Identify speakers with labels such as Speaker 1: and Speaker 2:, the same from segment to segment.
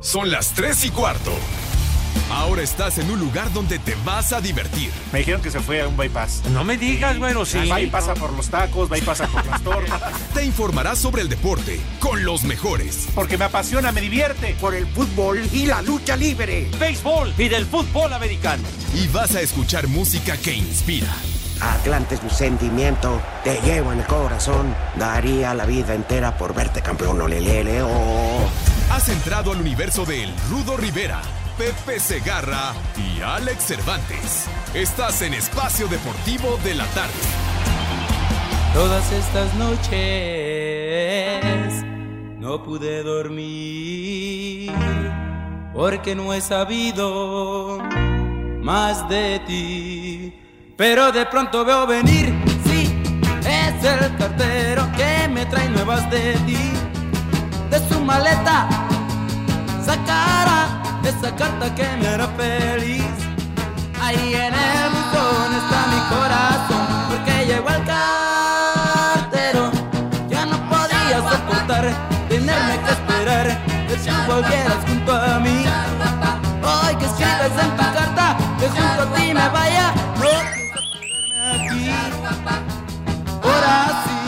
Speaker 1: Son las 3 y cuarto. Ahora estás en un lugar donde te vas a divertir.
Speaker 2: Me dijeron que se fue a un bypass.
Speaker 3: No me digas, bueno, sí.
Speaker 4: Ah,
Speaker 2: Va y pasa por los tacos, va y pasa por las tortas.
Speaker 1: Te informarás sobre el deporte con los mejores.
Speaker 2: Porque me apasiona, me divierte.
Speaker 5: Por el fútbol y la lucha libre.
Speaker 3: Béisbol y del fútbol americano.
Speaker 1: Y vas a escuchar música que inspira.
Speaker 5: Atlante es mi sentimiento, te llevo en el corazón. Daría la vida entera por verte campeón, oleleleo. oh.
Speaker 1: Has entrado al universo del Rudo Rivera, Pepe Segarra y Alex Cervantes. Estás en Espacio Deportivo de la Tarde.
Speaker 6: Todas estas noches no pude dormir porque no he sabido más de ti pero de pronto veo venir, sí, es el cartero que me trae nuevas de ti. De su maleta sacará esa carta que me hará feliz. Ahí en el buzón está mi corazón, porque llegó el cartero. Ya no podía soportar tenerme que esperar que tú volvieras junto a mí. Hoy que escribes en tu carta que junto a ti me vaya, no aquí. Ahora sí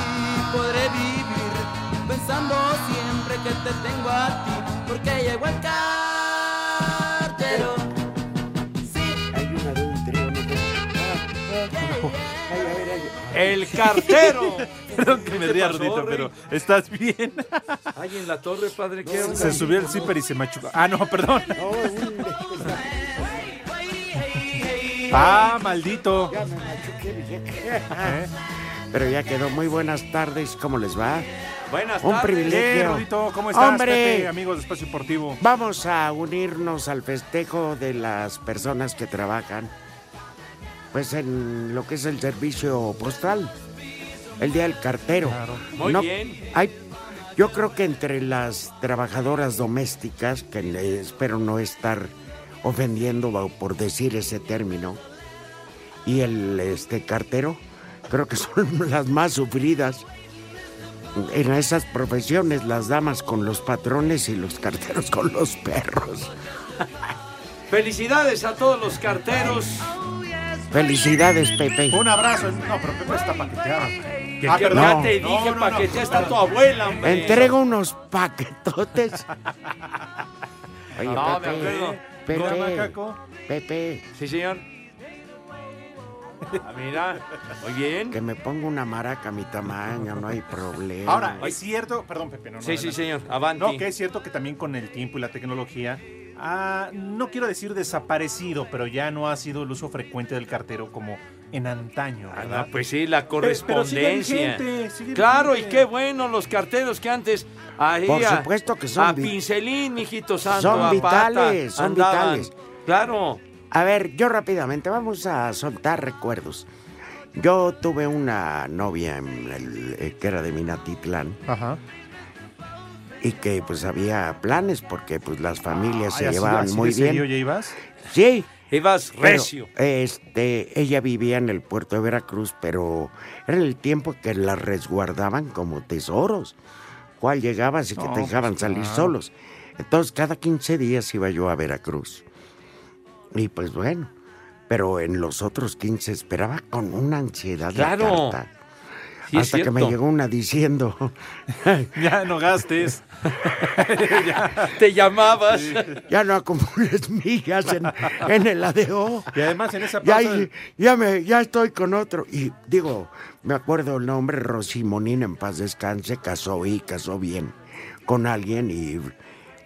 Speaker 6: podré vivir pensando siempre que te tengo a ti, porque llegó el cartero.
Speaker 5: Hay una de un trío, ¿no? Ay, a ver, ay,
Speaker 3: El cartero.
Speaker 4: Perdón que me
Speaker 3: ¿Qué te
Speaker 4: ría,
Speaker 3: pasó,
Speaker 4: Rudito,
Speaker 3: Rey?
Speaker 4: pero ¿estás bien?
Speaker 3: Ay, en la torre, padre, ¿qué onda?
Speaker 4: Se subió el zipper y se machucó. Ah, no, perdón.
Speaker 5: no, un-
Speaker 4: Ah, maldito.
Speaker 5: ya me machuqué. ¿Eh? Pero ya quedó. Muy buenas tardes. ¿Cómo les va?
Speaker 3: Buenas
Speaker 5: Un
Speaker 3: tardes.
Speaker 4: Eh,
Speaker 5: privilegio.
Speaker 4: Rudito, ¿cómo estás,
Speaker 5: Hombre.
Speaker 4: Pepe, amigos de Espacio Deportivo?
Speaker 5: Vamos a unirnos al festejo de las personas que trabajan, pues en lo que es el servicio postal, el día del cartero.
Speaker 3: Muy bien.
Speaker 5: Hay, yo creo que entre las trabajadoras domésticas, que le- espero no estar ofendiendo va- por decir ese término, y el este cartero, creo que son las más sufridas. En esas profesiones, las damas con los patrones y los carteros con los perros.
Speaker 3: Felicidades a todos los carteros.
Speaker 5: Felicidades, Pepe.
Speaker 4: Un abrazo. No, pero Pepe está paqueteado.
Speaker 3: Ah,
Speaker 5: qué-
Speaker 3: perdón.
Speaker 5: no.
Speaker 3: Ya te dije
Speaker 4: No, no, no.
Speaker 3: para que ya está tu abuela, hombre.
Speaker 5: Entrego unos paquetotes. Oye,
Speaker 3: No, me
Speaker 5: Pepe,
Speaker 3: acuerdo.
Speaker 4: Hola,
Speaker 5: Pepe,
Speaker 4: macaco.
Speaker 5: Pepe,
Speaker 3: Sí, señor. Ah, mira, muy bien.
Speaker 5: que me pongo una maraca a mi tamaño, no hay problema.
Speaker 4: Ahora, es cierto. Perdón, Pepe, no, no.
Speaker 3: Sí, sí,
Speaker 4: adelante.
Speaker 3: señor. Avanti.
Speaker 4: No, que es cierto que también con el tiempo y la tecnología, ah, no quiero decir desaparecido, pero ya no ha sido el uso frecuente del cartero como en antaño,
Speaker 3: Ah,
Speaker 4: ¿verdad?
Speaker 3: no, pues sí, la
Speaker 4: Pero- pero sigue
Speaker 3: correspondencia.
Speaker 4: vigente, sigue
Speaker 3: claro, y
Speaker 4: vigente.
Speaker 3: qué bueno los carteros que antes ahí
Speaker 5: Por
Speaker 3: a-
Speaker 5: supuesto que son
Speaker 3: a
Speaker 5: vi-
Speaker 3: pincelín, mijito santo,
Speaker 5: Son
Speaker 3: a pata,
Speaker 5: vitales, son
Speaker 3: andaban.
Speaker 5: vitales.
Speaker 3: Claro.
Speaker 5: A ver, yo rápidamente, vamos a soltar recuerdos. Yo tuve una novia en el- eh, que era de Minatitlán
Speaker 4: Ajá.
Speaker 5: y que pues había planes porque pues las familias
Speaker 4: Ay,
Speaker 5: se
Speaker 4: así-
Speaker 5: llevaban
Speaker 4: así
Speaker 5: muy
Speaker 4: de serio
Speaker 5: bien.
Speaker 4: Ah, ya ibas?
Speaker 5: Sí,
Speaker 3: Ibas
Speaker 5: pero,
Speaker 3: recio.
Speaker 5: este, ella vivía en el puerto de Veracruz, pero era el tiempo que la resguardaban como tesoros. Cual llegabas y que
Speaker 4: No,
Speaker 5: te dejaban
Speaker 4: pues,
Speaker 5: salir
Speaker 4: claro.
Speaker 5: solos. Entonces cada 15 días iba yo a Veracruz. Y pues bueno, pero en los otros 15 esperaba con una ansiedad la
Speaker 3: Claro.
Speaker 5: carta.
Speaker 3: Sí, es
Speaker 5: hasta que me
Speaker 3: cierto.
Speaker 5: llegó una diciendo,
Speaker 4: Ya no gastes.
Speaker 3: Te llamabas.
Speaker 5: ya no acumules millas en, en el ADO.
Speaker 4: Y además en esa
Speaker 5: Ya,
Speaker 4: plaza del-
Speaker 5: ya me, ya estoy con otro. Y digo, me acuerdo el nombre, Rosimonín, en paz descanse, casó y casó bien con alguien y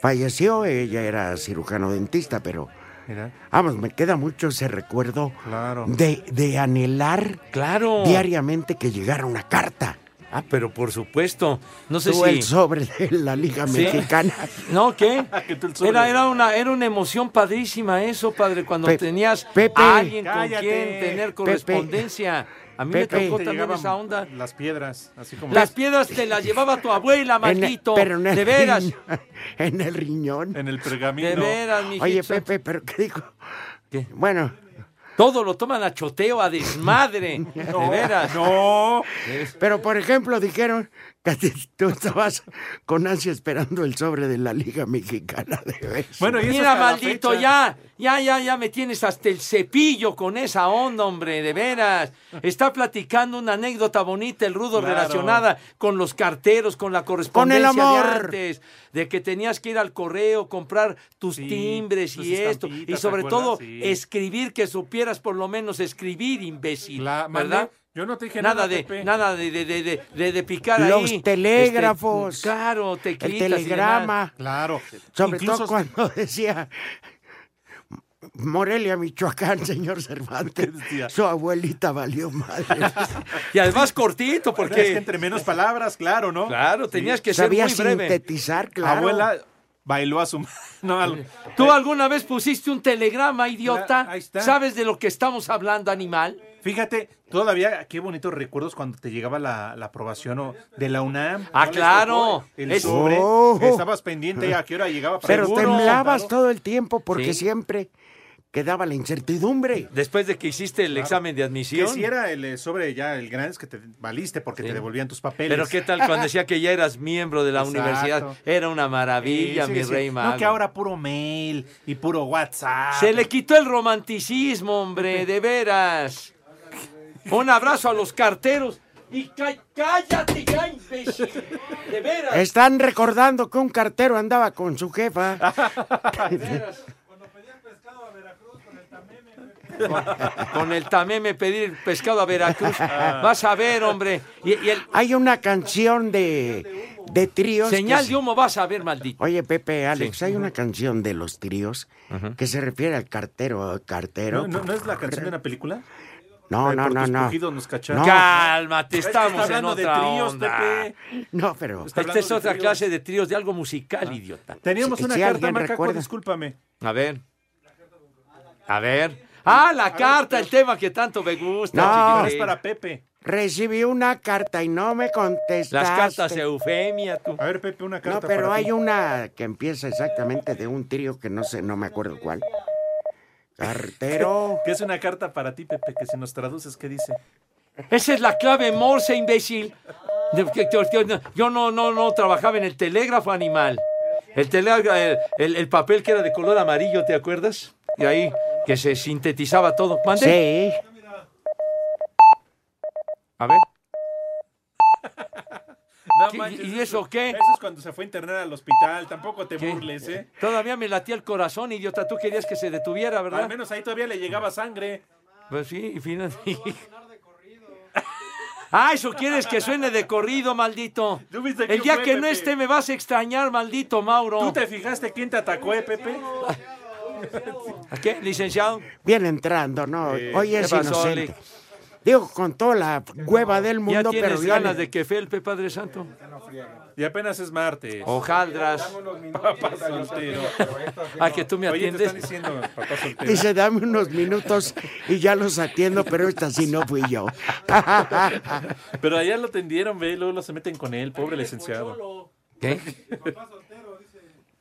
Speaker 5: falleció. Ella era cirujano dentista, pero
Speaker 4: Mira,
Speaker 5: vamos, me queda mucho ese recuerdo
Speaker 4: claro.
Speaker 5: de, de anhelar
Speaker 3: Claro.
Speaker 5: diariamente que llegara una carta.
Speaker 3: Ah, pero por supuesto. No sé
Speaker 5: Tuve el
Speaker 3: si.
Speaker 5: sobre de la Liga
Speaker 3: Sí.
Speaker 5: Mexicana.
Speaker 3: No, ¿qué?
Speaker 4: Que tú el sobre.
Speaker 3: Era, era, una, era una emoción padrísima eso, padre, cuando
Speaker 5: Pe-
Speaker 3: tenías
Speaker 5: Pepe.
Speaker 3: a alguien con
Speaker 4: Cállate.
Speaker 3: quien tener correspondencia. A mí
Speaker 5: Pepe.
Speaker 3: me tocó
Speaker 4: Te
Speaker 3: también
Speaker 4: llegaban
Speaker 3: esa onda.
Speaker 4: Las piedras, así como
Speaker 3: Las piedras te las llevaba tu abuela,
Speaker 5: En el-
Speaker 3: maldito.
Speaker 5: pero en el
Speaker 3: de veras.
Speaker 5: riñón- en el riñón.
Speaker 4: en el
Speaker 3: De
Speaker 4: pergamino.
Speaker 3: veras, mijito.
Speaker 5: Oye, Pepe, pero ¿qué dijo?
Speaker 3: ¿Qué?
Speaker 5: Bueno,
Speaker 3: Todo lo toman a choteo, a desmadre. de veras.
Speaker 4: No.
Speaker 5: Pero, por ejemplo, dijeron que a ti- tú estabas con ansia esperando el sobre de la Liga Mexicana de Béisbol.
Speaker 4: Bueno, y eso
Speaker 3: Mira,
Speaker 4: hasta la
Speaker 3: maldito,
Speaker 4: fecha.
Speaker 3: ya, ya, ya, ya me tienes hasta el cepillo con esa onda, hombre, de veras. Está platicando una anécdota bonita, el rudo,
Speaker 4: Claro.
Speaker 3: relacionada con los carteros, con la correspondencia
Speaker 5: amor.
Speaker 3: de antes, de que tenías que ir al correo, comprar tus
Speaker 4: Sí,
Speaker 3: timbres
Speaker 4: tus
Speaker 3: y esto, y
Speaker 4: estampitas,
Speaker 3: sobre
Speaker 4: ¿te acuerdas?
Speaker 3: todo
Speaker 4: Sí.
Speaker 3: escribir, que supieras por lo menos escribir, imbécil,
Speaker 4: La- mandé-
Speaker 3: ¿verdad?
Speaker 4: Yo no te dije
Speaker 3: Nada
Speaker 4: nada,
Speaker 3: de,
Speaker 4: Pepe.
Speaker 3: nada de, de, de, de- de- de picar
Speaker 5: Los
Speaker 3: ahí.
Speaker 5: telégrafos.
Speaker 3: Este, claro, te
Speaker 5: el telegrama,
Speaker 4: Claro.
Speaker 5: sobre
Speaker 4: Incluso-
Speaker 5: todo cuando decía Morelia, Michoacán, señor Cervantes,
Speaker 4: Tía.
Speaker 5: su abuelita valió madre.
Speaker 3: Y además cortito,
Speaker 4: Es que
Speaker 3: porque...
Speaker 4: entre menos palabras, claro, ¿no?
Speaker 3: Claro, tenías que ser
Speaker 5: Sabía
Speaker 3: muy breve.
Speaker 5: sintetizar, claro.
Speaker 4: Abuela bailó a su ma- no, al-
Speaker 3: ¿Tú alguna vez pusiste un telegrama, idiota?
Speaker 4: Ya, Ah, ahí está.
Speaker 3: ¿Sabes de lo que estamos hablando, animal?
Speaker 4: Fíjate, todavía qué bonitos recuerdos cuando te llegaba la, la aprobación o- de la UNAM.
Speaker 3: Ah,
Speaker 4: ¿No les
Speaker 3: claro.
Speaker 4: tocó El
Speaker 3: Es-
Speaker 4: sobre.
Speaker 5: Oh.
Speaker 4: Estabas pendiente a qué hora llegaba. para
Speaker 5: Pero
Speaker 4: el seguro,
Speaker 5: temblabas
Speaker 4: claro.
Speaker 5: todo el tiempo porque
Speaker 3: Sí.
Speaker 5: siempre quedaba la incertidumbre.
Speaker 3: Después de que hiciste el examen de
Speaker 4: Que
Speaker 3: admisión.
Speaker 4: si era el eh, sobre ya el gran es que te valiste porque te devolvían tus papeles.
Speaker 3: Pero qué tal cuando decía que ya eras miembro de la
Speaker 4: Exacto.
Speaker 3: universidad. Era una maravilla,
Speaker 4: Sí, sí,
Speaker 3: mi
Speaker 4: sí.
Speaker 3: rey mago.
Speaker 4: No, que ahora puro mail y puro WhatsApp.
Speaker 3: Se le quitó el romanticismo, hombre, de veras. Un abrazo a los carteros. Y ca- cállate ya, imbécil. De veras.
Speaker 5: Están recordando que un cartero andaba con su jefa.
Speaker 3: Con el tameme pedir pescado a Veracruz.
Speaker 4: Ah.
Speaker 3: Vas a ver, hombre. Y, y el
Speaker 5: Hay una canción de, de tríos. que
Speaker 3: señal
Speaker 5: se-
Speaker 3: de humo vas a ver, maldito.
Speaker 5: Oye, Pepe, Alex,
Speaker 3: Sí.
Speaker 5: hay una canción de los tríos que se refiere al cartero, cartero.
Speaker 4: ¿No, no, no es la canción de una película?
Speaker 5: No,
Speaker 4: Ay,
Speaker 5: no,
Speaker 4: por
Speaker 5: no,
Speaker 4: tus
Speaker 5: no.
Speaker 4: pujidos nos cacharon.
Speaker 5: No.
Speaker 3: Cálmate,
Speaker 4: Es que
Speaker 3: estamos
Speaker 4: Este está
Speaker 3: en
Speaker 4: hablando
Speaker 3: otra
Speaker 4: de tríos,
Speaker 3: onda.
Speaker 4: Pepe.
Speaker 5: No, pero
Speaker 4: Está
Speaker 3: Esta
Speaker 4: hablando
Speaker 3: es
Speaker 4: de
Speaker 3: otra
Speaker 4: tríos.
Speaker 3: clase de tríos, de algo musical, idiota.
Speaker 4: Teníamos
Speaker 5: Si-
Speaker 4: una
Speaker 5: si
Speaker 4: carta,
Speaker 5: alguien
Speaker 4: Macaco,
Speaker 5: recuerda.
Speaker 4: discúlpame.
Speaker 3: A ver. A ver. Ah, la carta, el tema que tanto me gusta.
Speaker 5: No.
Speaker 4: No, es
Speaker 3: chiquitín.
Speaker 4: para Pepe.
Speaker 5: recibí una carta y no me contestaste.
Speaker 3: Las cartas eufemia, tú.
Speaker 4: A ver, Pepe, una carta
Speaker 5: No, pero
Speaker 4: para
Speaker 5: hay
Speaker 4: ti.
Speaker 5: una que empieza exactamente de un trío que no sé, no me acuerdo cuál. Cartero.
Speaker 4: Que es una carta para ti, Pepe, que si nos traduces, ¿qué dice?
Speaker 3: Esa es la clave morse, imbécil. De- que- que- que- Yo no, no, no trabajaba en el telégrafo animal. El, telégrafo, el, el- el papel que era de color amarillo, ¿te acuerdas? Y ahí que se sintetizaba todo. ¿Mande?
Speaker 5: Sí.
Speaker 3: A ver.
Speaker 4: No
Speaker 3: ¿Qué- y eso qué?
Speaker 4: Eso es cuando se fue a internar al hospital. Tampoco te
Speaker 3: ¿Qué?
Speaker 4: burles, ¿eh?
Speaker 3: Todavía me latía el corazón, idiota. Tú querías que se detuviera,
Speaker 4: Al
Speaker 3: ¿verdad?
Speaker 4: menos ahí todavía le llegaba sangre.
Speaker 3: Pues sí, y final. Ah, eso quieres que suene de corrido, maldito.
Speaker 4: ¿Tú viste
Speaker 3: El
Speaker 4: quién
Speaker 3: día
Speaker 4: fue,
Speaker 3: que no
Speaker 4: Pepe?
Speaker 3: esté me vas a extrañar, maldito Mauro.
Speaker 4: ¿Tú te fijaste quién te atacó, eh, Pepe?
Speaker 3: ¿A qué, licenciado?
Speaker 5: Viene entrando, ¿no? Hoy
Speaker 3: ¿Qué
Speaker 5: es
Speaker 3: pasó,
Speaker 5: inocente. Digo, con toda la hueva del
Speaker 3: Ya
Speaker 5: mundo, pero
Speaker 3: tienes
Speaker 5: yo
Speaker 3: ganas
Speaker 5: le-
Speaker 3: de que felpe, Padre Santo.
Speaker 4: Y apenas es martes.
Speaker 3: Hojaldras.
Speaker 4: Papá soltero.
Speaker 3: Ah, que tú me
Speaker 4: Oye, te están
Speaker 3: atiendes.
Speaker 4: diciendo papá soltero.
Speaker 5: Dice, dame unos minutos y ya los atiendo, pero esta sí no fui yo.
Speaker 4: Pero allá lo tendieron, ve, y luego lo se meten con él, pobre licenciado.
Speaker 3: ¿Qué?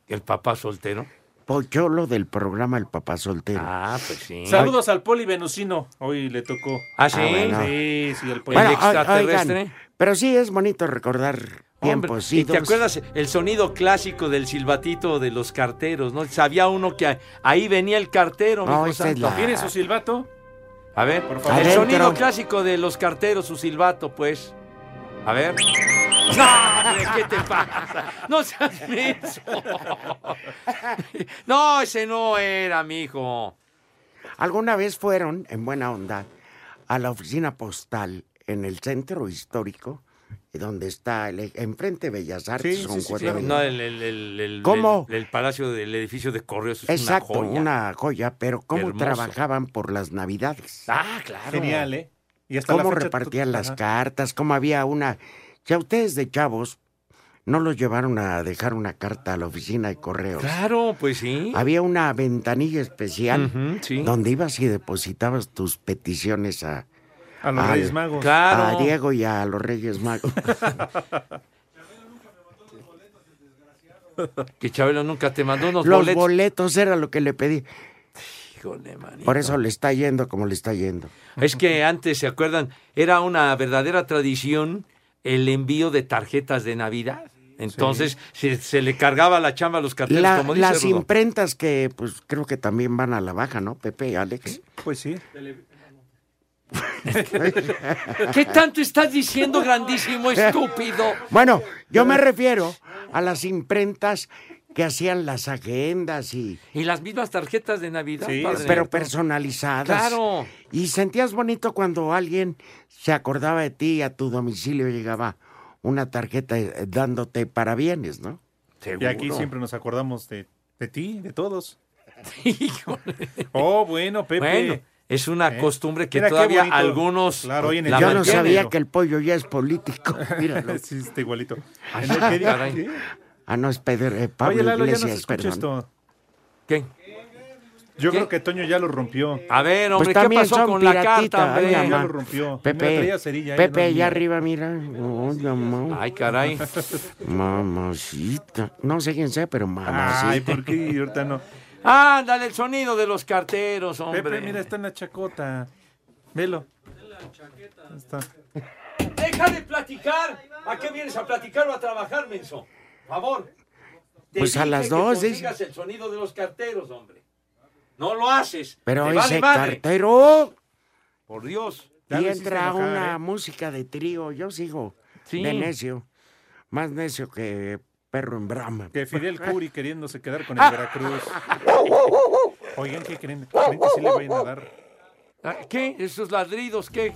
Speaker 3: ¿El papá soltero?
Speaker 5: Pocholo del programa El Papá Soltero.
Speaker 3: Ah, pues sí.
Speaker 4: Saludos al Poli Venusino. Hoy le tocó.
Speaker 3: Ah, sí.
Speaker 5: Ah, bueno.
Speaker 4: Sí, sí, al Poli.
Speaker 3: Bueno,
Speaker 5: o-
Speaker 3: pues, extraterrestre.
Speaker 5: pero sí es bonito recordar
Speaker 3: Hombre,
Speaker 5: tiempos
Speaker 3: ¿Y te
Speaker 5: idos.
Speaker 3: acuerdas el sonido clásico del silbatito de los carteros, no? Sabía uno que ahí venía el cartero, mi
Speaker 5: No,
Speaker 3: hijo
Speaker 5: esa es
Speaker 3: santo.
Speaker 5: la-
Speaker 4: ¿Tiene su silbato?
Speaker 3: A ver,
Speaker 4: Por favor.
Speaker 3: el
Speaker 5: Adentro.
Speaker 3: sonido clásico de los carteros, su silbato, pues. A ver. ¡No! hombre, ¿Qué te pasa? No seas menso. No, ese no era, mijo.
Speaker 5: Alguna vez fueron, en buena onda, a la oficina postal en el centro histórico, donde está, el- e, enfrente de Bellas Artes,
Speaker 4: Sí, sí,
Speaker 5: un
Speaker 4: sí,
Speaker 5: cuadro
Speaker 4: claro.
Speaker 5: de-
Speaker 3: No, el, el, el, el-
Speaker 5: ¿Cómo?
Speaker 3: el- el palacio del edificio de correos es
Speaker 5: Exacto,
Speaker 3: una joya.
Speaker 5: pero cómo
Speaker 3: Hermoso.
Speaker 5: trabajaban por las navidades.
Speaker 3: Ah, claro.
Speaker 4: Genial, ¿eh? Y hasta la
Speaker 5: cómo
Speaker 4: fecha-
Speaker 5: repartían las
Speaker 4: Ajá.
Speaker 5: cartas, cómo había una... Si a ustedes de chavos no los llevaron a dejar una carta a la oficina de correos.
Speaker 3: Claro, pues sí.
Speaker 5: Había una ventanilla especial
Speaker 3: Ujú, sí.
Speaker 5: donde ibas y depositabas tus peticiones a,
Speaker 4: A los
Speaker 5: Ay,
Speaker 4: Reyes Magos.
Speaker 3: Claro.
Speaker 5: a Ah, Diego y a los Reyes Magos.
Speaker 3: Que Chabelo nunca te mandó unos
Speaker 5: los
Speaker 3: boletos.
Speaker 5: boletos era lo que le pedí.
Speaker 3: Híjole, manito.
Speaker 5: Por eso le está yendo como le está yendo.
Speaker 3: Es que antes, ¿se acuerdan? Era una verdadera tradición el envío de tarjetas de Navidad. Entonces se, se le cargaba la chamba a los carteles,
Speaker 5: La-
Speaker 3: como dice
Speaker 5: las
Speaker 3: Rudo.
Speaker 5: imprentas que pues creo que también van a la baja, ¿no, Pepe, Alex?
Speaker 4: Pues sí.
Speaker 3: ¿Qué tanto estás diciendo, grandísimo estúpido?
Speaker 5: Bueno, yo me refiero a las imprentas que hacían las agendas y
Speaker 3: Y las mismas tarjetas de Navidad,
Speaker 4: Sí,
Speaker 3: padre.
Speaker 5: pero personalizadas.
Speaker 3: Claro.
Speaker 5: Y sentías bonito cuando alguien se acordaba de ti y a tu domicilio llegaba una tarjeta eh, dándote parabienes, ¿no?
Speaker 4: Y aquí siempre nos acordamos de, de ti, de todos.
Speaker 3: Híjole.
Speaker 4: Oh, bueno, Pepe. Eh,
Speaker 3: Bueno, es una costumbre que
Speaker 4: Mira qué
Speaker 3: todavía
Speaker 4: bonito.
Speaker 3: algunos
Speaker 4: Claro, hoy en el
Speaker 3: la
Speaker 4: día
Speaker 5: yo no
Speaker 3: mantienen.
Speaker 5: sabía
Speaker 4: ¿no?
Speaker 5: que el pollo ya es político. Míralo.
Speaker 4: Sí, está igualito.
Speaker 3: Ay,
Speaker 4: ¿En el que diga-
Speaker 3: caray.
Speaker 4: ¿Qué?
Speaker 5: Ah, no, es Pedro, eh, Pablo
Speaker 4: Oye, Lalo, ya no se
Speaker 5: Iglesias,
Speaker 4: escucha
Speaker 5: perdón.
Speaker 4: esto.
Speaker 3: ¿Qué?
Speaker 4: Yo
Speaker 3: ¿Qué?
Speaker 4: creo que Toño ya lo rompió.
Speaker 3: A ver, hombre, ¿qué
Speaker 5: Pues también
Speaker 3: pasó
Speaker 5: son
Speaker 3: con la
Speaker 5: piratita,
Speaker 3: carta,
Speaker 5: ay,
Speaker 3: hombre?
Speaker 4: Ya
Speaker 5: ama.
Speaker 4: lo rompió. Mira,
Speaker 5: Pepe,
Speaker 4: traía cerilla, ya
Speaker 5: Pepe,
Speaker 4: no-
Speaker 5: allá arriba, mira. Ay, mamá.
Speaker 3: Ay, caray.
Speaker 5: Mamacita. No sé quién sea, pero mamacita.
Speaker 4: Ay, ¿por qué ahorita no?
Speaker 3: Ándale, el sonido de los carteros, hombre.
Speaker 4: Pepe, mira, está en la chacota. Velo. Ahí Está.
Speaker 3: Deja de platicar. ¿A qué vienes a platicar o a trabajar, menso? Por favor. Te
Speaker 5: Pues a
Speaker 3: dije
Speaker 5: las
Speaker 3: que
Speaker 5: dos,
Speaker 3: consigas el sonido de los carteros, hombre. No lo haces.
Speaker 5: pero
Speaker 3: Te
Speaker 5: ese
Speaker 3: vale madre.
Speaker 5: cartero.
Speaker 3: Por Dios.
Speaker 4: Ya
Speaker 5: Y
Speaker 4: lo hiciste
Speaker 5: entra
Speaker 4: enojar,
Speaker 5: una
Speaker 4: ¿eh?
Speaker 5: música de trío. Yo sigo
Speaker 3: Sí.
Speaker 5: de necio. Más necio que perro en brama.
Speaker 4: Que Fidel Curi queriéndose quedar con
Speaker 3: Ah.
Speaker 4: el Veracruz. Oigan, ¿qué creen? ¿Creen que sí le vayan a dar?
Speaker 3: Ah, ¿Qué? ¿Esos ladridos qué?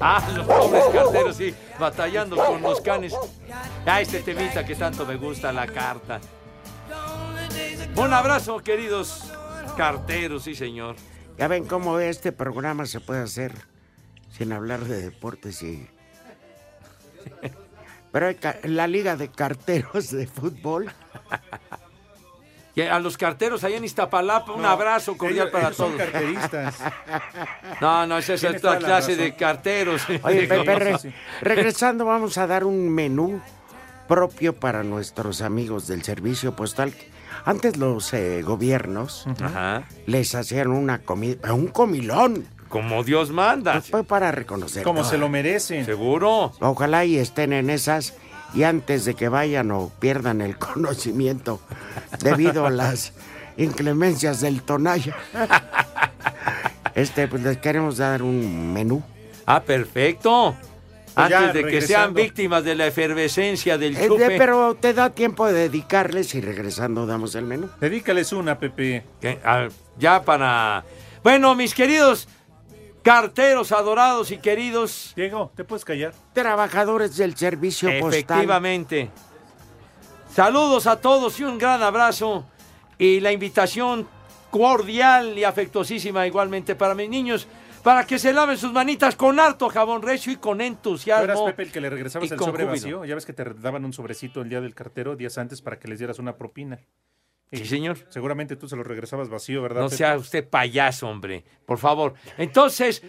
Speaker 3: Ah, los pobres carteros, sí, batallando con los canes. Ah, este temita que tanto me gusta, la carta. Un abrazo, queridos carteros, sí, señor.
Speaker 5: Ya ven cómo este programa se puede hacer sin hablar de deportes y... Pero hay ca- la liga de carteros de fútbol.
Speaker 3: Y a los carteros allá en Iztapalapa, un abrazo cordial
Speaker 4: Ellos-
Speaker 3: para
Speaker 4: ellos Son
Speaker 3: todos.
Speaker 4: carteristas.
Speaker 3: No, no, esa es
Speaker 4: Tienes
Speaker 3: otra
Speaker 4: toda la
Speaker 3: clase
Speaker 4: razón.
Speaker 3: de carteros.
Speaker 5: Oye,
Speaker 4: Sí,
Speaker 5: Pepe,
Speaker 4: sí,
Speaker 5: re-
Speaker 4: sí.
Speaker 5: regresando vamos a dar un menú propio para nuestros amigos del servicio postal. Antes los eh, gobiernos
Speaker 3: Ajá.
Speaker 5: les hacían una comida, un comilón,
Speaker 3: Como Dios manda.
Speaker 5: pues para reconocer.
Speaker 4: Como
Speaker 5: todo.
Speaker 4: se lo merecen.
Speaker 3: Seguro.
Speaker 5: Ojalá y estén en esas y antes de que vayan o pierdan el conocimiento debido a las inclemencias del Tonaya. Este, pues les queremos dar un menú.
Speaker 3: Ah, perfecto.
Speaker 4: Pues ya,
Speaker 3: Antes de que sean
Speaker 4: regresando.
Speaker 3: víctimas de la efervescencia del
Speaker 5: Eh,
Speaker 3: chupe.
Speaker 5: pero te da tiempo de dedicarles y regresando damos el menú.
Speaker 4: Dedícales una, Pepe.
Speaker 3: que, ah, ya para... Bueno, mis queridos carteros adorados y queridos,
Speaker 4: Diego, ¿te puedes callar?
Speaker 5: Trabajadores del servicio postal.
Speaker 3: efectivamente. Saludos a todos y un gran abrazo. Y la invitación cordial y afectuosísima igualmente para mis niños, para que se laven sus manitas con harto jabón recio y con
Speaker 4: ¿Tú eras,
Speaker 3: entusiasmo.
Speaker 4: Pepe, el que le regresabas
Speaker 3: Ah, y
Speaker 4: el
Speaker 3: con
Speaker 4: sobre
Speaker 3: júbilo.
Speaker 4: vacío? Ya ves que te daban un sobrecito el día del cartero, días antes, para que les dieras una propina.
Speaker 3: Sí, señor.
Speaker 4: Seguramente tú se lo regresabas vacío, ¿verdad?
Speaker 3: No
Speaker 4: Pepe?
Speaker 3: sea usted payaso, hombre. Por favor. Entonces.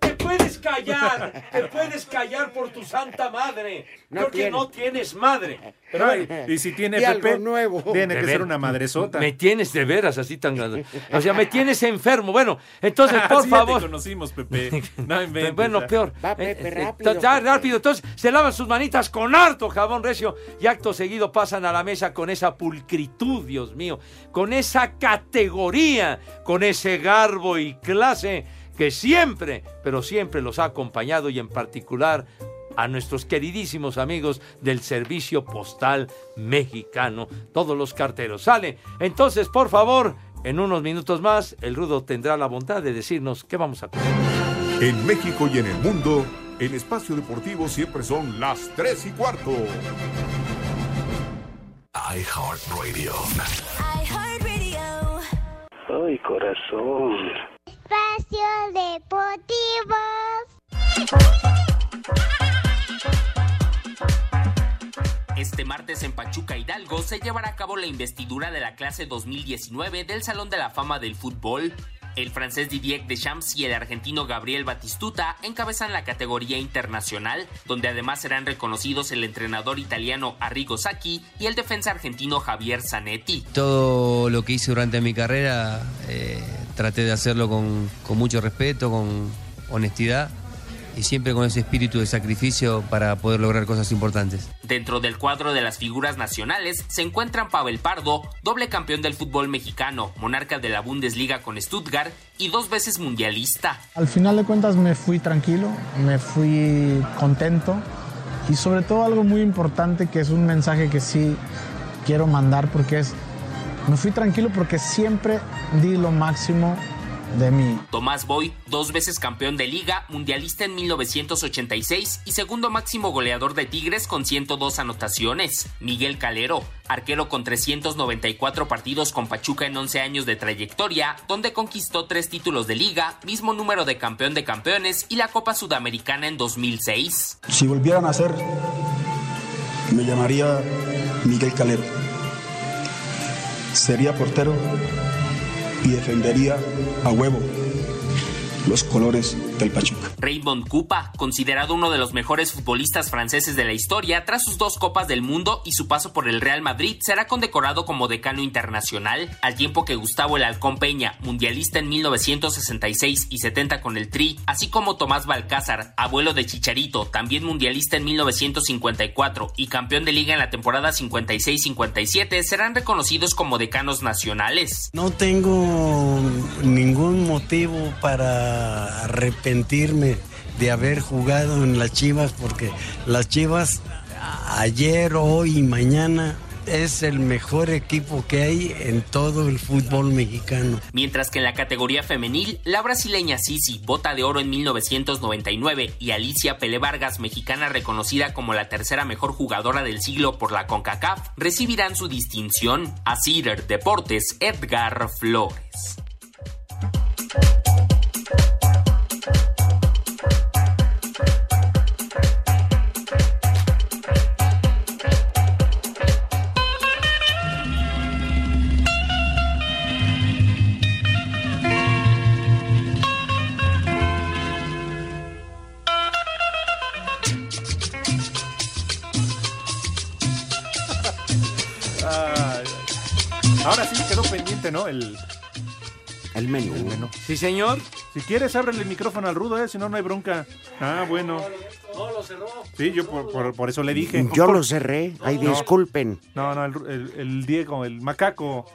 Speaker 3: Te puedes callar, te puedes callar por tu santa madre,
Speaker 5: No
Speaker 3: porque
Speaker 5: tiene.
Speaker 3: no tienes madre.
Speaker 4: Pero, ay, y si tiene
Speaker 5: Y algo
Speaker 4: Pepe,
Speaker 5: nuevo.
Speaker 4: tiene
Speaker 3: De
Speaker 4: que
Speaker 3: ver-
Speaker 4: ser una madresota.
Speaker 3: Me tienes de veras así tan grande. O sea, me tienes enfermo. Bueno, entonces, por
Speaker 4: Así ya te
Speaker 3: favor.
Speaker 4: conocimos, Pepe. No inventes,
Speaker 3: Bueno,
Speaker 4: ya.
Speaker 3: peor.
Speaker 5: Va, Pepe,
Speaker 3: Eh, eh,
Speaker 5: rápido,
Speaker 3: ta- ta-
Speaker 5: Pepe.
Speaker 3: rápido. Entonces, se lavan sus manitas con harto jabón recio y acto seguido pasan a la mesa con esa pulcritud, Dios mío, con esa categoría, con ese garbo y clase que siempre, pero siempre los ha acompañado y en particular a nuestros queridísimos amigos del Servicio Postal Mexicano, todos los carteros. Sale. Entonces, por favor, en unos minutos más, el Rudo tendrá la bondad de decirnos qué vamos a comer.
Speaker 1: En México y en el mundo, el espacio deportivo siempre son las 3 y cuarto. iHeartRadio.
Speaker 7: iHeartRadio.
Speaker 8: Ay, corazón.
Speaker 7: Espacio Deportivo.
Speaker 9: Este martes en Pachuca Hidalgo se llevará a cabo la investidura de la clase 2019 del Salón de la Fama del Fútbol. El francés Didier Deschamps y el argentino Gabriel Batistuta encabezan la categoría internacional, donde además serán reconocidos el entrenador italiano Arrigo Sacchi y el defensa argentino Javier Zanetti.
Speaker 10: Todo lo que hice durante mi carrera eh, traté de hacerlo con, con mucho respeto, con honestidad y siempre con ese espíritu de sacrificio para poder lograr cosas importantes.
Speaker 9: Dentro del cuadro de las figuras nacionales se encuentran Pavel Pardo, doble campeón del fútbol mexicano, monarca de la Bundesliga con Stuttgart y dos veces mundialista.
Speaker 11: Al final de cuentas me fui tranquilo, me fui contento y sobre todo algo muy importante que es un mensaje que sí quiero mandar porque es, me fui tranquilo porque siempre di lo máximo de mí.
Speaker 9: Tomás Boy, dos veces campeón de liga, mundialista en 1986 y segundo máximo goleador de Tigres con 102 anotaciones. Miguel Calero, arquero con 394 partidos con Pachuca en 11 años de trayectoria, donde conquistó tres títulos de liga, mismo número de campeón de campeones y la Copa Sudamericana en 2006.
Speaker 12: Si volvieran a hacer, me llamaría Miguel Calero. Sería portero y defendería a huevo los colores del Pachuca.
Speaker 9: Raymond Kupa, considerado uno de los mejores futbolistas franceses de la historia, tras sus dos Copas del Mundo y su paso por el Real Madrid, será condecorado como decano internacional, al tiempo que Gustavo El Halcón Peña, mundialista en 1966 y 70 con el Tri, así como Tomás Balcázar, abuelo de Chicharito, también mundialista en 1954 y campeón de liga en la temporada 56-57, serán reconocidos como decanos nacionales.
Speaker 13: No tengo ningún motivo para arrepentirme de haber jugado en las Chivas porque las Chivas ayer, hoy y mañana es el mejor equipo que hay en todo el fútbol mexicano.
Speaker 9: Mientras que en la categoría femenil, la brasileña Sisi, bota de oro en 1999, y Alicia Pele Vargas, mexicana reconocida como la tercera mejor jugadora del siglo por la CONCACAF, recibirán su distinción. A Cider Deportes, Edgar Flores.
Speaker 4: Ahora sí quedó pendiente, ¿no? El,
Speaker 5: El menú.
Speaker 4: el menú.
Speaker 3: Sí, señor.
Speaker 4: Si quieres, ábrele el micrófono al rudo, ¿eh? Si no, no hay bronca. Ah, bueno.
Speaker 3: No, lo cerró.
Speaker 4: Sí, yo por, por- por eso le dije.
Speaker 5: Yo lo cerré. Ay, disculpen.
Speaker 4: No, no, el, ru- el- el Diego, el macaco.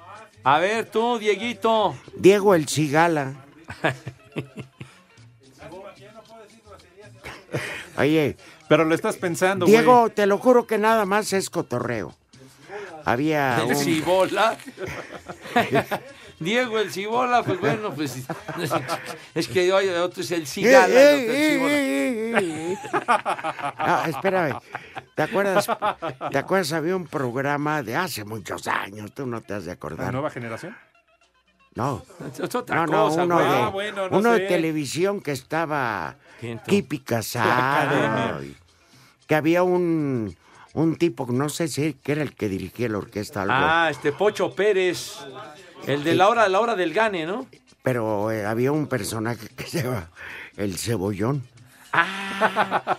Speaker 3: A ver, tú, Dieguito.
Speaker 5: Diego el Cigala. Oye,
Speaker 4: Pero lo estás pensando, güey.
Speaker 5: Diego, te lo juro que nada más es cotorreo. Había
Speaker 3: El
Speaker 5: un...
Speaker 3: Cibola. Diego el Cibola, pues bueno, pues es que hoy otro es el Cigala, el
Speaker 5: Eh,
Speaker 3: otro
Speaker 5: eh,
Speaker 3: el Cibola.
Speaker 5: eh, eh, eh, eh. Ah, espérame. ¿Te acuerdas? ¿Te acuerdas? Había un programa de hace muchos años. Tú no te has de
Speaker 4: ¿La
Speaker 5: acordar. No,
Speaker 4: nueva generación?
Speaker 5: no,
Speaker 3: Es otra
Speaker 5: no,
Speaker 3: cosa,
Speaker 5: uno,
Speaker 3: güey.
Speaker 5: de,
Speaker 4: Ah, bueno, no
Speaker 5: uno de
Speaker 4: sé.
Speaker 5: televisión que estaba
Speaker 3: ¿Quién tú?
Speaker 5: Kipi Casado. y Que había un, un tipo, no sé si que era el que dirigía la orquesta, algo,
Speaker 3: Ah, este Pocho Pérez. El de la hora, la hora del gane, ¿no?
Speaker 5: pero eh, había un personaje que se llama el cebollón.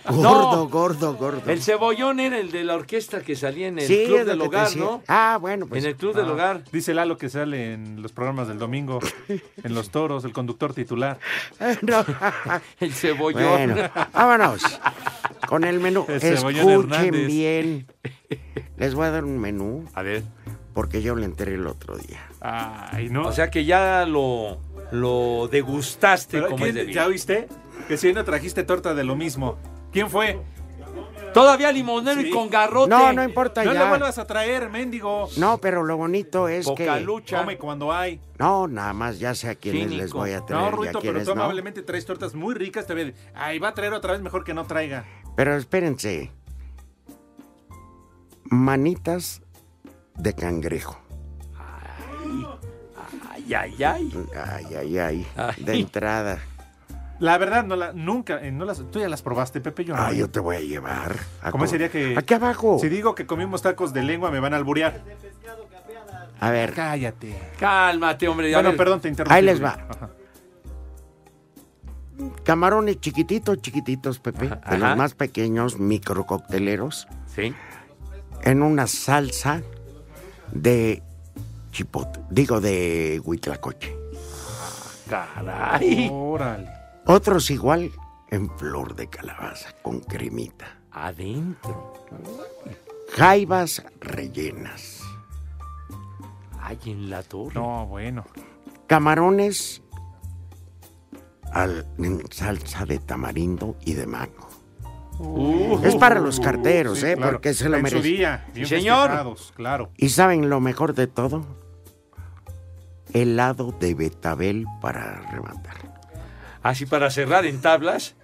Speaker 3: No.
Speaker 5: gordo, gordo, gordo.
Speaker 3: Ah. El cebollón era el de la orquesta que salía en el
Speaker 5: Sí,
Speaker 3: Club
Speaker 5: es lo
Speaker 3: del
Speaker 5: que te
Speaker 3: Hogar,
Speaker 5: decía.
Speaker 3: ¿no?
Speaker 5: Ah, bueno, pues.
Speaker 3: en el Club del
Speaker 4: Ah,
Speaker 3: Hogar.
Speaker 4: Dice Lalo que sale en los programas del domingo, en Los Toros, el conductor titular.
Speaker 5: No.
Speaker 3: El cebollón.
Speaker 5: bueno, vámonos. Con el menú.
Speaker 4: El cebollón
Speaker 5: Escuchen
Speaker 4: Hernández.
Speaker 5: bien. Les voy a dar un menú
Speaker 4: A ver.
Speaker 5: porque yo le enteré el otro día.
Speaker 4: Ay, no.
Speaker 3: O sea que ya lo, lo degustaste
Speaker 4: Pero
Speaker 3: como
Speaker 4: ¿quién-
Speaker 3: es debido.
Speaker 4: ¿Ya oíste? Que si hoy no trajiste torta de lo mismo. ¿Quién fue?
Speaker 3: Todavía limonero y
Speaker 4: Sí.
Speaker 3: con garrote.
Speaker 5: No, no importa
Speaker 4: No
Speaker 5: ya.
Speaker 4: la vuelvas a traer, mendigo.
Speaker 5: No, pero lo bonito es
Speaker 3: Poca
Speaker 5: que.
Speaker 3: lucha.
Speaker 4: Come cuando hay.
Speaker 5: No, nada más ya sé a quiénes les
Speaker 3: Cínico.
Speaker 5: voy a traer
Speaker 4: No,
Speaker 5: y a
Speaker 4: Ruito, pero
Speaker 5: quiénes
Speaker 4: tú
Speaker 5: no.
Speaker 4: amablemente traes tortas muy ricas. Te ve- Ay, va a traer otra vez, mejor que no traiga.
Speaker 5: Pero espérense. Manitas de cangrejo.
Speaker 3: Ay, ay, ay.
Speaker 5: Ay, ay, ay.
Speaker 3: Ay.
Speaker 5: De entrada.
Speaker 4: La verdad, no la, nunca, eh, no las, tú ya las probaste, Pepe, yo no.
Speaker 5: Ah, yo te voy a llevar. ¿A
Speaker 4: ¿Cómo
Speaker 5: co-
Speaker 4: sería que-
Speaker 5: Aquí abajo.
Speaker 4: Si digo que comimos tacos de lengua, me van a alburear.
Speaker 5: A ver.
Speaker 4: Cállate.
Speaker 3: Cálmate, hombre. a
Speaker 4: Bueno,
Speaker 3: ver.
Speaker 4: perdón, te interrumpí.
Speaker 5: Ahí les
Speaker 4: Rudy.
Speaker 5: va.
Speaker 4: Ajá.
Speaker 5: camarones chiquititos, chiquititos, Pepe,
Speaker 3: Ajá.
Speaker 5: de los más pequeños, micrococteleros,
Speaker 3: Sí.
Speaker 5: en una salsa de chipotle, digo de huitlacoche.
Speaker 3: Caray.
Speaker 4: Órale.
Speaker 5: Otros igual en flor de calabaza con cremita.
Speaker 3: Adentro.
Speaker 5: Jaivas rellenas.
Speaker 3: Ay, en la torre.
Speaker 4: No, bueno.
Speaker 5: Camarones al, en salsa de tamarindo y de mango. es para los carteros,
Speaker 4: Uh. Sí,
Speaker 5: ¿eh?
Speaker 4: claro.
Speaker 5: Porque se lo
Speaker 4: En su
Speaker 5: merecen.
Speaker 4: día, bien
Speaker 5: Señor.
Speaker 4: festejados, claro.
Speaker 5: ¿Y saben lo mejor de todo? Helado de betabel para rematar.
Speaker 3: Así para cerrar en tablas.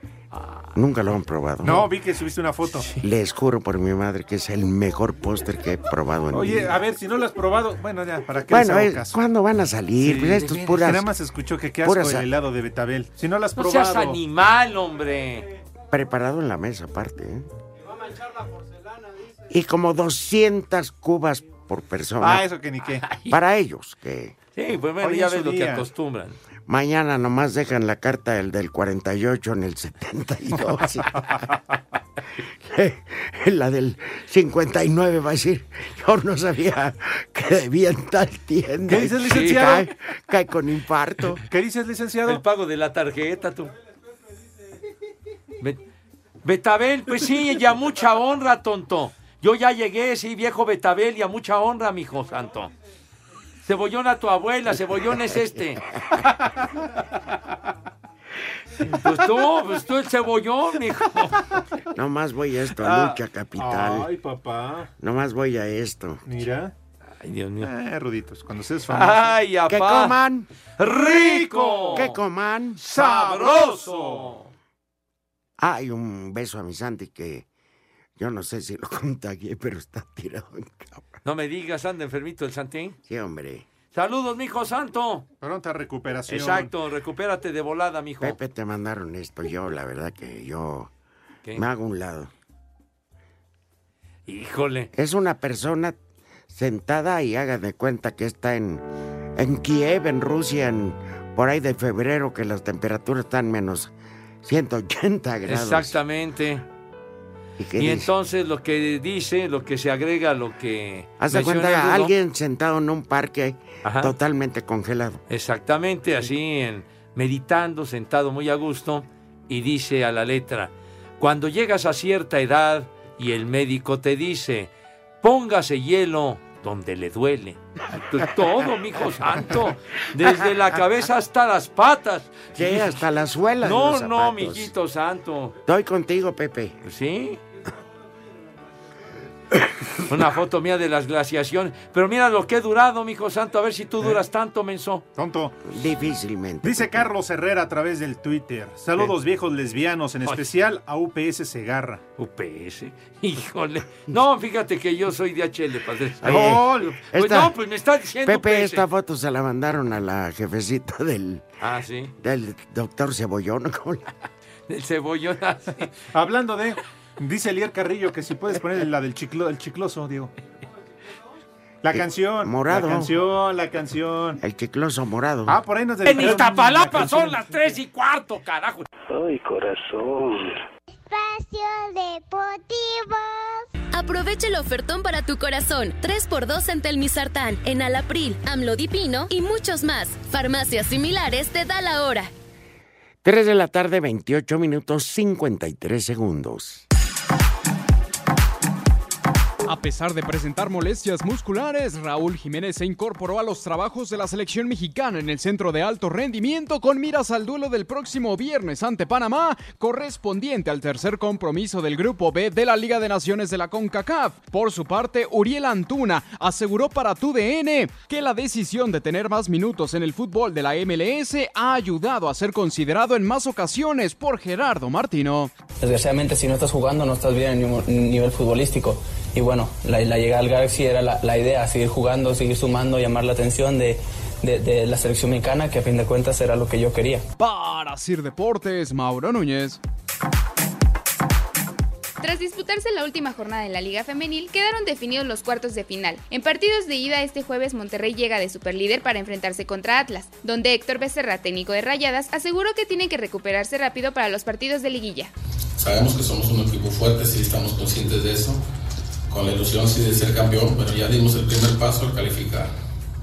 Speaker 5: Nunca lo han probado.
Speaker 4: No, vi que subiste una foto.
Speaker 5: Les juro por mi madre que es el mejor póster que he probado en mi
Speaker 4: Oye,
Speaker 5: vida.
Speaker 4: a ver, si no lo has probado, bueno, ya, ¿para qué les
Speaker 5: Bueno,
Speaker 4: hago
Speaker 5: eh,
Speaker 4: caso?
Speaker 5: ¿cuándo van a salir? Pues esto es
Speaker 4: que
Speaker 5: puras-
Speaker 4: Nada más escuchó que qué
Speaker 5: puras-
Speaker 4: asco el helado de betabel. Si no lo has
Speaker 3: No
Speaker 4: probado.
Speaker 3: seas animal, hombre.
Speaker 5: Preparado en la mesa aparte, ¿eh? Y como 200 cubas por persona.
Speaker 4: Ah, eso que ni qué.
Speaker 5: Para ellos, que
Speaker 3: Sí, pues bueno,
Speaker 4: Oye,
Speaker 3: ya
Speaker 4: en su
Speaker 3: ves lo que
Speaker 4: día.
Speaker 3: acostumbran.
Speaker 5: mañana nomás dejan la carta del del 48 en el 72. la del 59 va a decir, yo no sabía que debían tal tienda.
Speaker 4: ¿Qué dices, licenciado?
Speaker 5: Cae, cae con infarto.
Speaker 4: ¿Qué dices, licenciado?
Speaker 3: El pago de la tarjeta, tú. Bet- Betabel, pues sí, y a mucha honra, tonto. Yo ya llegué, sí, viejo Betabel, y a mucha honra, mijo santo. Cebollón a tu abuela, cebollón es este. Pues tú, pues tú el cebollón, hijo.
Speaker 5: Nomás voy a esto,
Speaker 4: Ah.
Speaker 5: lucha capital.
Speaker 4: Ay, papá.
Speaker 5: Nomás voy a esto.
Speaker 4: Mira.
Speaker 3: Ay, Dios mío.
Speaker 4: Eh, Ruditos, cuando seas
Speaker 3: Ah.
Speaker 4: famoso.
Speaker 3: Ay,
Speaker 5: Que
Speaker 3: apá.
Speaker 5: coman,
Speaker 3: Rico.
Speaker 5: que coman.
Speaker 3: Sabroso.
Speaker 5: Hay un beso a mi Santi que yo no sé si lo contagié, pero está tirado en cama.
Speaker 3: No me digas, anda enfermito el Santín.
Speaker 5: Sí, hombre.
Speaker 3: Saludos, mijo santo.
Speaker 4: Pronta recuperación.
Speaker 3: Exacto, recupérate de volada, mijo.
Speaker 5: Pepe, te mandaron esto. Yo, la verdad que yo
Speaker 3: ¿Qué?
Speaker 5: me hago a un lado.
Speaker 3: Híjole.
Speaker 5: Es una persona sentada y haga de cuenta que está en, en Kiev, en Rusia, en, por ahí de febrero, que las temperaturas están menos 180 grados.
Speaker 3: Exactamente.
Speaker 5: Y que
Speaker 3: Y
Speaker 5: dice,
Speaker 3: entonces lo que dice, lo que se agrega, lo que.
Speaker 5: haz de
Speaker 3: menciona
Speaker 5: cuenta
Speaker 3: Rudo,
Speaker 5: alguien sentado en un parque
Speaker 3: Ajá.
Speaker 5: totalmente congelado.
Speaker 3: Exactamente, así, en- meditando, sentado muy a gusto, y dice a la letra: Cuando llegas a cierta edad y el médico te dice, póngase hielo donde le duele. Pues Todo, mijo santo, desde la cabeza hasta las patas.
Speaker 5: Sí, hasta las suelas. de
Speaker 3: No,
Speaker 5: los
Speaker 3: no,
Speaker 5: zapatos.
Speaker 3: mijito santo.
Speaker 5: Estoy contigo, Pepe.
Speaker 3: ¿Sí? Una foto mía de las glaciaciones. Pero mira lo que he durado, mijo santo. A ver si tú
Speaker 5: Eh.
Speaker 3: duras tanto, menso.
Speaker 4: Tonto.
Speaker 5: Difícilmente.
Speaker 4: Dice Carlos Herrera a través del Twitter. Saludos viejos lesbianos, en especial a UPS Segarra.
Speaker 3: UPS. Híjole. No, fíjate que yo soy de HL, padre.
Speaker 5: Oye,
Speaker 4: No, lo-
Speaker 3: Pues
Speaker 5: esta-
Speaker 3: no, pues me está diciendo
Speaker 5: Pepe,
Speaker 3: PS.
Speaker 5: esta foto se la mandaron a la jefecita del,
Speaker 3: Ah, sí.
Speaker 5: del doctor Cebollón. ¿cómo la-
Speaker 3: El cebollón así.
Speaker 4: Hablando de... Dice Elier Carrillo que si puedes poner la del chiclo, el chicloso, Diego. La
Speaker 5: Eh,
Speaker 4: canción.
Speaker 5: morado. Eh.
Speaker 4: La canción, la canción.
Speaker 5: El chicloso morado.
Speaker 4: Ah, por ahí nos
Speaker 3: En
Speaker 4: dedicaron una
Speaker 3: Iztapalapa
Speaker 4: canción.
Speaker 3: son las tres y cuarto, carajo.
Speaker 8: Ay, corazón.
Speaker 7: Espacio Deportivo.
Speaker 14: Aprovecha el ofertón para tu corazón. 3x2 en Telmisartán, en Alapril, Amlodipino y muchos más. Farmacias similares te da la hora.
Speaker 5: 3 de la tarde, 28 minutos, 53 segundos.
Speaker 15: A pesar de presentar molestias musculares, Raúl Jiménez se incorporó a los trabajos de la selección mexicana en el centro de alto rendimiento con miras al duelo del próximo viernes ante Panamá, correspondiente al tercer compromiso del Grupo B de la Liga de Naciones de la CONCACAF. Por su parte, Uriel Antuna aseguró para TUDN que la decisión de tener más minutos en el fútbol de la MLS ha ayudado a ser considerado en más ocasiones por Gerardo Martino.
Speaker 16: Desgraciadamente, si no estás jugando, no estás bien a nivel- nivel futbolístico. Y bueno, la, la llegada al Galaxy era la, la idea, seguir jugando, seguir sumando, llamar la atención de, de- de la selección mexicana, que a fin de cuentas era lo que yo quería.
Speaker 15: Para Sir Deportes, Mauro Núñez.
Speaker 17: Tras disputarse la última jornada de la Liga Femenil, quedaron definidos los cuartos de final. En partidos de ida este jueves, Monterrey llega de superlíder para enfrentarse contra Atlas, donde Héctor Becerra, técnico de Rayadas, aseguró que tienen que recuperarse rápido para los partidos de liguilla.
Speaker 18: Sabemos que somos un equipo fuerte, sí estamos conscientes de eso, con la ilusión sí de ser campeón, pero ya dimos el primer paso al calificar.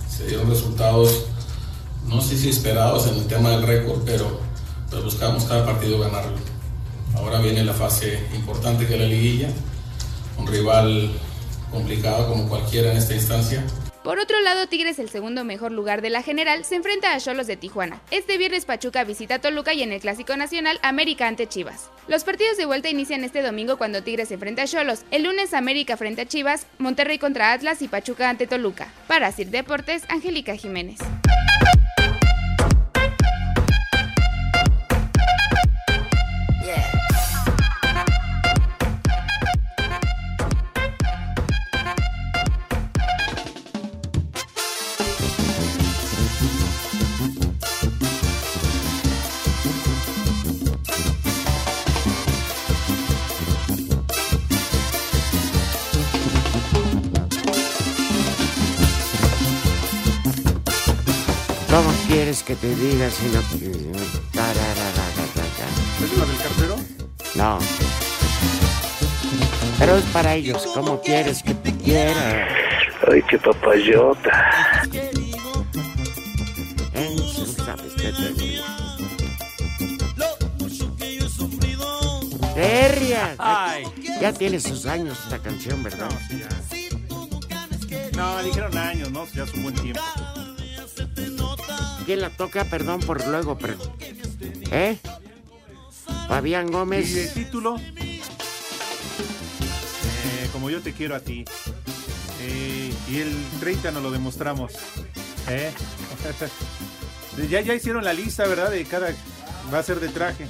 Speaker 18: Se dieron resultados, no sé si esperados en el tema del récord, pero, pero buscamos cada partido ganarlo. Ahora viene la fase importante que es la liguilla, un rival complicado como cualquiera en esta instancia.
Speaker 17: Por otro lado, Tigres, el segundo mejor lugar de la general, se enfrenta a Cholos de Tijuana. Este viernes Pachuca visita Toluca y en el Clásico Nacional América ante Chivas. Los partidos de vuelta inician este domingo cuando Tigres se enfrenta a Cholos, el lunes América frente a Chivas, Monterrey contra Atlas y Pachuca ante Toluca. Para Sir Deportes, Angélica Jiménez.
Speaker 5: ¿Cómo quieres que te diga si no... Tararararara.
Speaker 4: ¿Es la del cartero?
Speaker 5: No. Pero es para ellos, ¿cómo quieres que te quiera?
Speaker 8: Ay, qué papayota.
Speaker 5: ¿Eh? Tú sabes que te- ¡Te rías!
Speaker 3: Ay.
Speaker 5: Ya tiene sus años esta canción, ¿verdad?
Speaker 4: No, dijeron años, ¿no? Ya es un buen tiempo.
Speaker 5: ¿Quién la toca? Perdón por luego, pero... ¿Eh? Fabián
Speaker 4: ¿Y el
Speaker 5: Gómez.
Speaker 4: título? Eh, como yo te quiero a ti. Eh, y el 30 nos lo demostramos. ¿Eh? ya, ya hicieron la lista, ¿verdad? De cada... Va a ser de traje.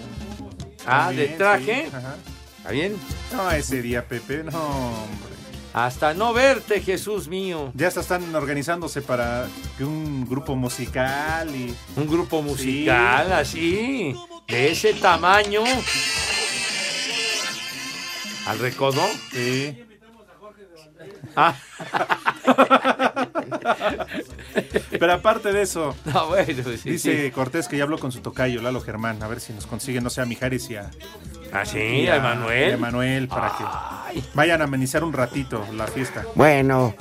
Speaker 3: Ah,
Speaker 4: Muy
Speaker 3: ¿de
Speaker 4: bien,
Speaker 3: traje?
Speaker 4: sí, ajá.
Speaker 3: ¿Está bien?
Speaker 4: No, ese día, Pepe, no, hombre.
Speaker 3: Hasta no verte, Jesús mío.
Speaker 4: Ya hasta están organizándose para que un grupo musical y...
Speaker 3: Un grupo musical así, de ese tamaño. ¿Al recodo?
Speaker 4: Sí.
Speaker 3: Ah.
Speaker 4: Pero aparte de eso,
Speaker 3: No, Ah, bueno, pues, sí,
Speaker 4: dice
Speaker 3: sí.
Speaker 4: Cortés que ya habló con su tocayo, Lalo Germán, a ver si nos consigue, no sé, a Mijares y a...
Speaker 3: ¿Ah, sí?
Speaker 4: y
Speaker 3: ¿A Emanuel?
Speaker 4: y a Emanuel, para que vayan a amenizar un ratito la fiesta.
Speaker 5: Bueno.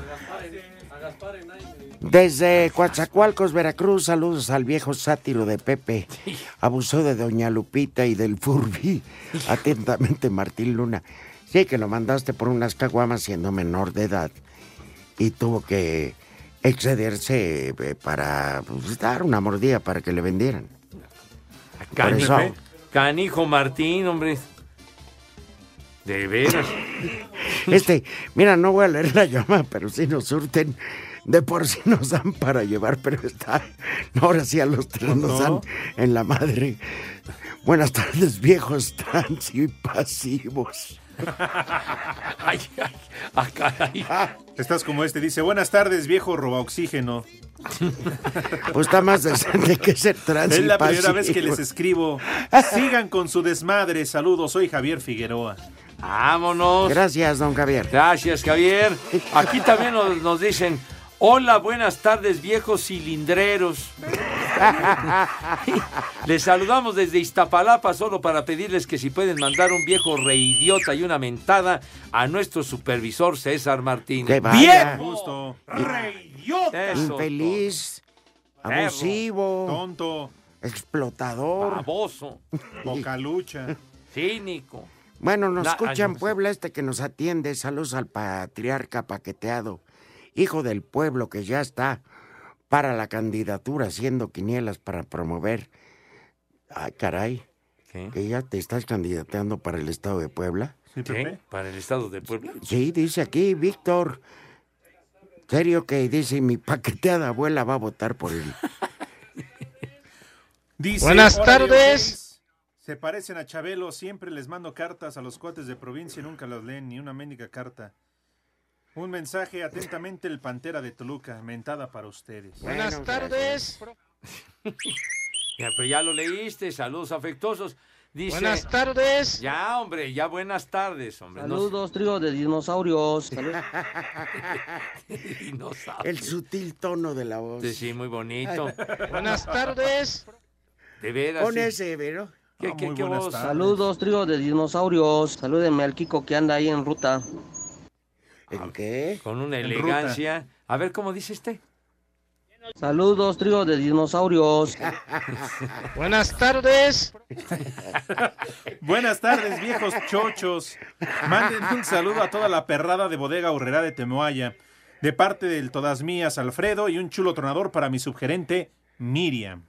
Speaker 5: Desde Coatzacoalcos, Veracruz, saludos al viejo sátiro de Pepe. Abusó de Doña Lupita y del Furby. Atentamente, Martín Luna. Sí, que lo mandaste por unas caguamas siendo menor de edad. Y tuvo que excederse eh, para pues, dar una mordida para que le vendieran. Por
Speaker 3: Canijo,
Speaker 5: eso,
Speaker 3: canijo Martín, hombre. De veras.
Speaker 5: este, mira, no voy a leer la llamada, pero sí nos surten. De por sí nos dan para llevar, pero está. no, Ahora sí a los tres nos dan en la madre. Buenas tardes, viejos trans y pasivos.
Speaker 3: Ay, ay, ah, caray.
Speaker 4: Estás como este, dice, buenas tardes, viejo roba oxígeno.
Speaker 5: Pues está más decente que ser trans
Speaker 4: Es
Speaker 5: y
Speaker 4: la primera
Speaker 5: pasivo.
Speaker 4: vez que les escribo. Sigan con su desmadre. Saludos, soy Javier Figueroa.
Speaker 3: Vámonos.
Speaker 5: Gracias, don Javier.
Speaker 3: Gracias, Javier. Aquí también nos, nos dicen, hola, buenas tardes, viejos cilindreros. Les saludamos desde Iztapalapa solo para pedirles que si pueden mandar un viejo reidiota y una mentada a nuestro supervisor César
Speaker 5: Que
Speaker 3: Martínez.
Speaker 5: vaya.
Speaker 4: Justo.
Speaker 3: ¡Reidiota!
Speaker 5: Infeliz,
Speaker 3: Perro.
Speaker 5: abusivo,
Speaker 4: Tonto,
Speaker 5: explotador.
Speaker 3: baboso,
Speaker 4: bocalucha.
Speaker 3: cínico.
Speaker 5: Bueno, nos
Speaker 3: Na-
Speaker 5: escucha en
Speaker 3: ay,
Speaker 5: Puebla este que nos atiende. Saludos al patriarca paqueteado, hijo del pueblo que ya está para la candidatura haciendo quinielas para promover. Ay, caray. ¿Que ya te estás candidateando para el estado de Puebla?
Speaker 3: ¿Qué? ¿Para el estado de Puebla?
Speaker 5: Sí, dice aquí, Víctor. Serio que dice, mi paqueteada abuela va a votar por él.
Speaker 4: Dice,
Speaker 5: Buenas
Speaker 4: "Hola, Leo
Speaker 5: tardes".
Speaker 4: Gays, Se parecen a Chabelo, siempre les mando cartas a los cuates de provincia y nunca las leen, ni una mendiga carta. Un mensaje atentamente el Pantera de Toluca, mentada para ustedes.
Speaker 3: Buenas Bueno, tardes. Ya, pero ya lo leíste, saludos afectuosos. Dice,
Speaker 19: Buenas tardes.
Speaker 3: Ya, hombre, ya buenas tardes, hombre. No-
Speaker 19: Saludos, trío de dinosaurios. Saludos.
Speaker 3: dinosaurio.
Speaker 5: El sutil tono de la voz.
Speaker 3: Sí, sí, muy bonito.
Speaker 19: Buenas tardes.
Speaker 3: De veras.
Speaker 5: Pon
Speaker 3: sí.
Speaker 5: ese, ¿verdad?
Speaker 4: Ah,
Speaker 3: ¿Qué, qué, qué voz?
Speaker 19: Saludos, trío de dinosaurios. Salúdenme al Kiko que anda ahí en ruta.
Speaker 5: ¿En qué?
Speaker 3: Con una
Speaker 19: En
Speaker 3: elegancia. A ver, ¿cómo dice este?
Speaker 19: Saludos, trío de dinosaurios. Buenas tardes.
Speaker 4: Buenas tardes, viejos chochos. Manden un saludo a toda la perrada de bodega horrera de Temoaya. De parte del Todas Mías, Alfredo, y un chulo tronador para mi subgerente, Miriam.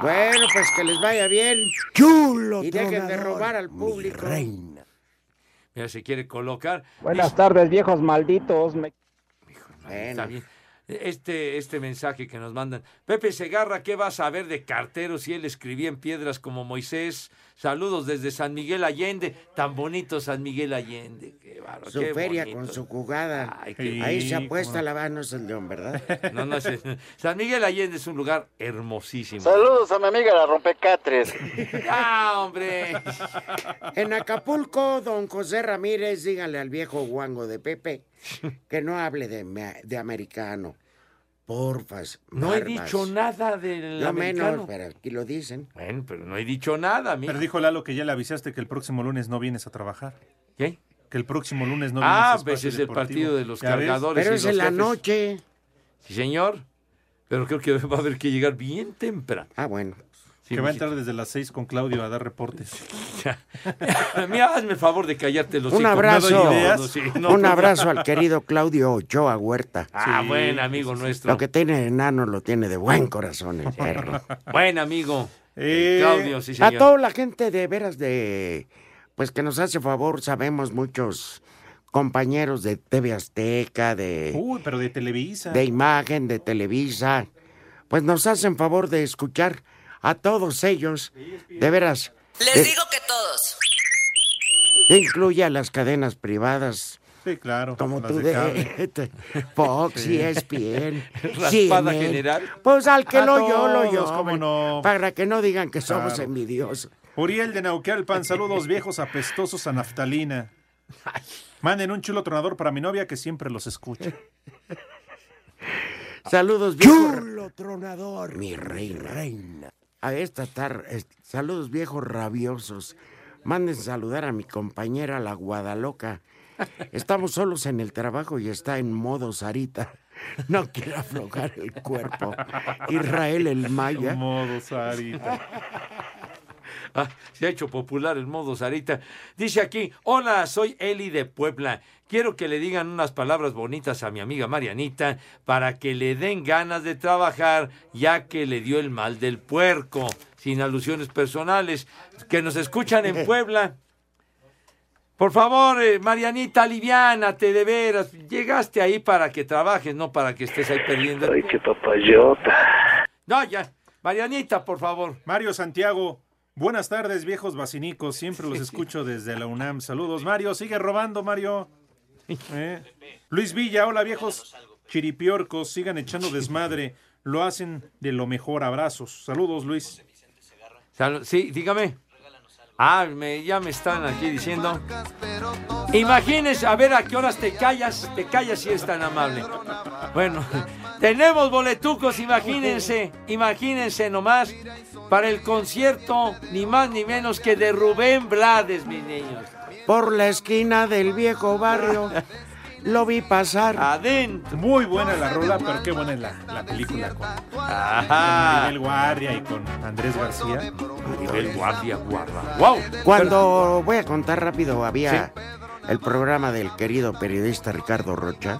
Speaker 5: Bueno, pues que les vaya bien. Chulo. Y dejen de
Speaker 4: tronador,
Speaker 5: robar al público.
Speaker 3: Mira, se quiere colocar.
Speaker 19: Buenas tardes, viejos malditos.
Speaker 3: Está bien. Este, este mensaje que nos mandan. Pepe Segarra, ¿qué vas a ver de cartero si él escribía en piedras como Moisés? Saludos desde San Miguel Allende. Tan bonito San Miguel Allende. Qué bárbaro,
Speaker 5: Su
Speaker 3: qué
Speaker 5: feria
Speaker 3: bonito.
Speaker 5: con su jugada.
Speaker 3: qué-
Speaker 5: Ahí
Speaker 3: Sí,
Speaker 5: se apuesta
Speaker 3: cómo no.
Speaker 5: la mano es el león, ¿verdad?
Speaker 3: No, no, es- San Miguel Allende es un lugar hermosísimo.
Speaker 19: Saludos a mi amiga la rompecatres.
Speaker 3: ¡Ah, hombre!
Speaker 5: En Acapulco, don José Ramírez, dígale al viejo guango de Pepe que no hable de, ma- de americano. Porfas.
Speaker 3: No he
Speaker 5: barbas.
Speaker 3: dicho nada del
Speaker 5: No menos,
Speaker 3: americano.
Speaker 5: pero aquí lo dicen.
Speaker 3: Bueno, pero no he dicho nada, mijo.
Speaker 4: Pero dijo Lalo que ya le avisaste que el próximo lunes no vienes a trabajar.
Speaker 3: ¿Qué?
Speaker 4: Que el próximo lunes no vienes a
Speaker 3: ah,
Speaker 4: Espacio
Speaker 3: pues es el
Speaker 4: Deportivo.
Speaker 3: partido de los
Speaker 4: ¿Ya ves?
Speaker 3: cargadores.
Speaker 5: Pero
Speaker 3: y
Speaker 5: es
Speaker 3: los
Speaker 5: en la
Speaker 3: jefes.
Speaker 5: noche.
Speaker 3: Sí, señor. Pero creo que va a haber que llegar bien temprano.
Speaker 5: Ah, bueno.
Speaker 4: que va a entrar desde las 6 con Claudio a dar reportes.
Speaker 3: Mira, hazme el favor de callarte los
Speaker 5: Un
Speaker 3: hijos.
Speaker 5: abrazo.
Speaker 3: No doy ideas. Sí, no,
Speaker 5: Un
Speaker 3: no.
Speaker 5: abrazo al querido Claudio Ochoa Huerta.
Speaker 3: Ah, buen amigo nuestro.
Speaker 5: Lo que tiene de enano lo tiene de buen corazón el perro.
Speaker 3: Buen amigo.
Speaker 4: Eh,
Speaker 3: el Claudio, sí,
Speaker 5: A
Speaker 3: señor.
Speaker 5: toda la gente de veras de pues que nos hace favor, sabemos muchos compañeros de TV Azteca, de,
Speaker 4: Uy, pero de Televisa.
Speaker 5: de imagen, de Televisa, pues nos hacen favor de escuchar a todos ellos, de veras.
Speaker 20: Les
Speaker 5: eh,
Speaker 20: digo que todos.
Speaker 5: Incluye a las cadenas privadas.
Speaker 4: Sí, claro.
Speaker 5: Como
Speaker 4: las
Speaker 5: tú
Speaker 4: de
Speaker 5: de, este, Fox, E
Speaker 4: Sí.
Speaker 5: ESPN,
Speaker 4: Raspada
Speaker 5: CNN.
Speaker 4: general.
Speaker 5: Pues al que
Speaker 4: A
Speaker 5: lo yo, lo
Speaker 4: todos,
Speaker 5: yo.
Speaker 4: cómo
Speaker 5: hombre,
Speaker 4: no.
Speaker 5: Para que no digan que somos
Speaker 4: Claro.
Speaker 5: envidiosos.
Speaker 4: Uriel de Naucalpan, saludos viejos apestosos a naftalina. Manden un chulo tronador para mi novia que siempre los escucha. Ah.
Speaker 5: Saludos, viejo. Chulo tronador. Mi reina. A esta tarde, es- saludos viejos rabiosos. Manden saludar a mi compañera la Guadaloca. Estamos solos en el trabajo y está en modo Sarita. No quiere aflojar el cuerpo. Israel el Maya.
Speaker 4: Modo Sarita.
Speaker 3: Ah, se ha hecho popular el modo Sarita. Dice aquí, hola, soy Eli de Puebla. Quiero que le digan unas palabras bonitas a mi amiga Marianita para que le den ganas de trabajar ya que le dio el mal del puerco, sin alusiones personales, que nos escuchan en Puebla. Por favor, eh, Marianita, aliviánate de veras. Llegaste ahí para que trabajes, no para que estés ahí perdiendo.
Speaker 8: Ay, qué papayota.
Speaker 3: No, ya. Marianita, por favor.
Speaker 4: Mario Santiago, buenas tardes viejos vacinicos, siempre los escucho desde la UNAM. Saludos Mario, sigue robando Mario. Eh. Luis Villa, hola viejos chiripiorcos, sigan echando desmadre, lo hacen de lo mejor, abrazos. Saludos Luis.
Speaker 3: Sal- sí, dígame. Ah, me- ya me están aquí diciendo. Imagínense, a ver a qué horas te callas, te callas si es tan amable. Bueno, tenemos boletucos, imagínense, imagínense nomás, para el concierto, ni más ni menos que de Rubén Blades, mis niños.
Speaker 5: Por la esquina del viejo barrio lo vi pasar.
Speaker 3: Adentro.
Speaker 4: Muy buena la rola, pero qué buena es la, la película con,
Speaker 3: Ajá.
Speaker 4: con Maribel Guardia y con Andrés García.
Speaker 3: Maribel Guardia, guarda. ¡Wow!
Speaker 5: Cuando voy a contar rápido, había el programa del querido periodista Ricardo Rocha,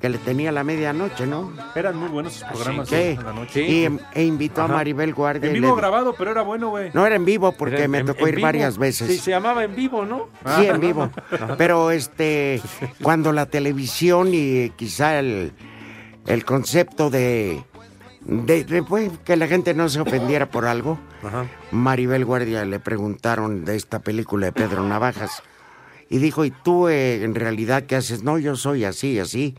Speaker 5: que le tenía a la medianoche, ¿no?
Speaker 4: Eran muy buenos sus programas
Speaker 5: Sí.
Speaker 4: en la noche.
Speaker 5: Y, e invitó
Speaker 4: Ajá.
Speaker 5: a Maribel Guardia.
Speaker 4: En
Speaker 5: y
Speaker 4: vivo
Speaker 5: le-
Speaker 4: grabado, pero era bueno, güey.
Speaker 5: No era en vivo porque
Speaker 4: Era
Speaker 5: me
Speaker 4: en-
Speaker 5: tocó
Speaker 4: en
Speaker 5: ir
Speaker 4: vivo.
Speaker 5: varias
Speaker 3: Sí,
Speaker 5: veces.
Speaker 3: se llamaba en vivo, ¿no?
Speaker 5: Sí, en vivo. Pero este, cuando la televisión y quizá el, el concepto de, de, de, pues, que la gente no se ofendiera por algo, Maribel Guardia le preguntaron de esta película de Pedro Navajas. Y dijo, ¿y tú eh, en realidad qué haces? No, yo soy así, así.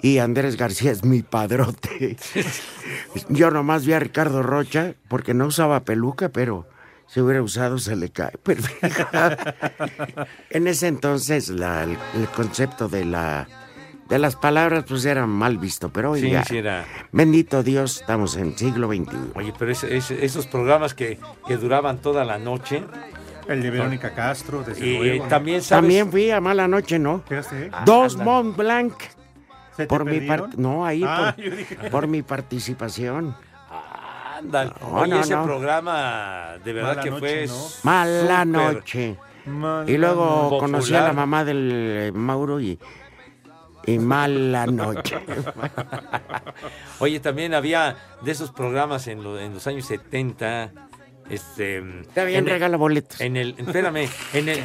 Speaker 5: Y Andrés García es mi padrote. yo nomás vi a Ricardo Rocha, porque no usaba peluca, pero Si hubiera usado, se le cae. Pero en ese entonces, la- el, el concepto de la de las palabras, pues era mal visto. Pero hoy
Speaker 3: Sí,
Speaker 5: ya,
Speaker 3: sí era.
Speaker 5: bendito Dios, estamos en siglo XXI.
Speaker 3: Oye, pero es- es- esos programas que, que duraban toda la noche.
Speaker 4: El de Verónica Castro, desde
Speaker 3: Y
Speaker 4: luego.
Speaker 3: también sabes. Ah,
Speaker 5: También fui a Mala Noche, ¿no?
Speaker 4: Ah,
Speaker 5: Dos Mont Blanc.
Speaker 4: ¿Se te
Speaker 5: Por mi
Speaker 4: perdieron?
Speaker 5: parte, no, ahí
Speaker 4: Ah,
Speaker 5: por,
Speaker 4: yo dije-
Speaker 5: por mi participación.
Speaker 3: Ándale.
Speaker 5: No,
Speaker 3: Oye,
Speaker 5: no,
Speaker 3: ese
Speaker 5: no.
Speaker 3: programa de verdad
Speaker 4: Mala
Speaker 3: que
Speaker 4: noche,
Speaker 3: fue.
Speaker 4: ¿no?
Speaker 3: súper
Speaker 5: Mala noche. Y luego conocí a la
Speaker 3: popular.
Speaker 5: mamá del eh, Mauro y, y mala noche.
Speaker 3: Oye, también había de esos programas en, lo- en los años 70. Este, Está
Speaker 5: bien, regala boletos.
Speaker 3: En el, espérame, en el,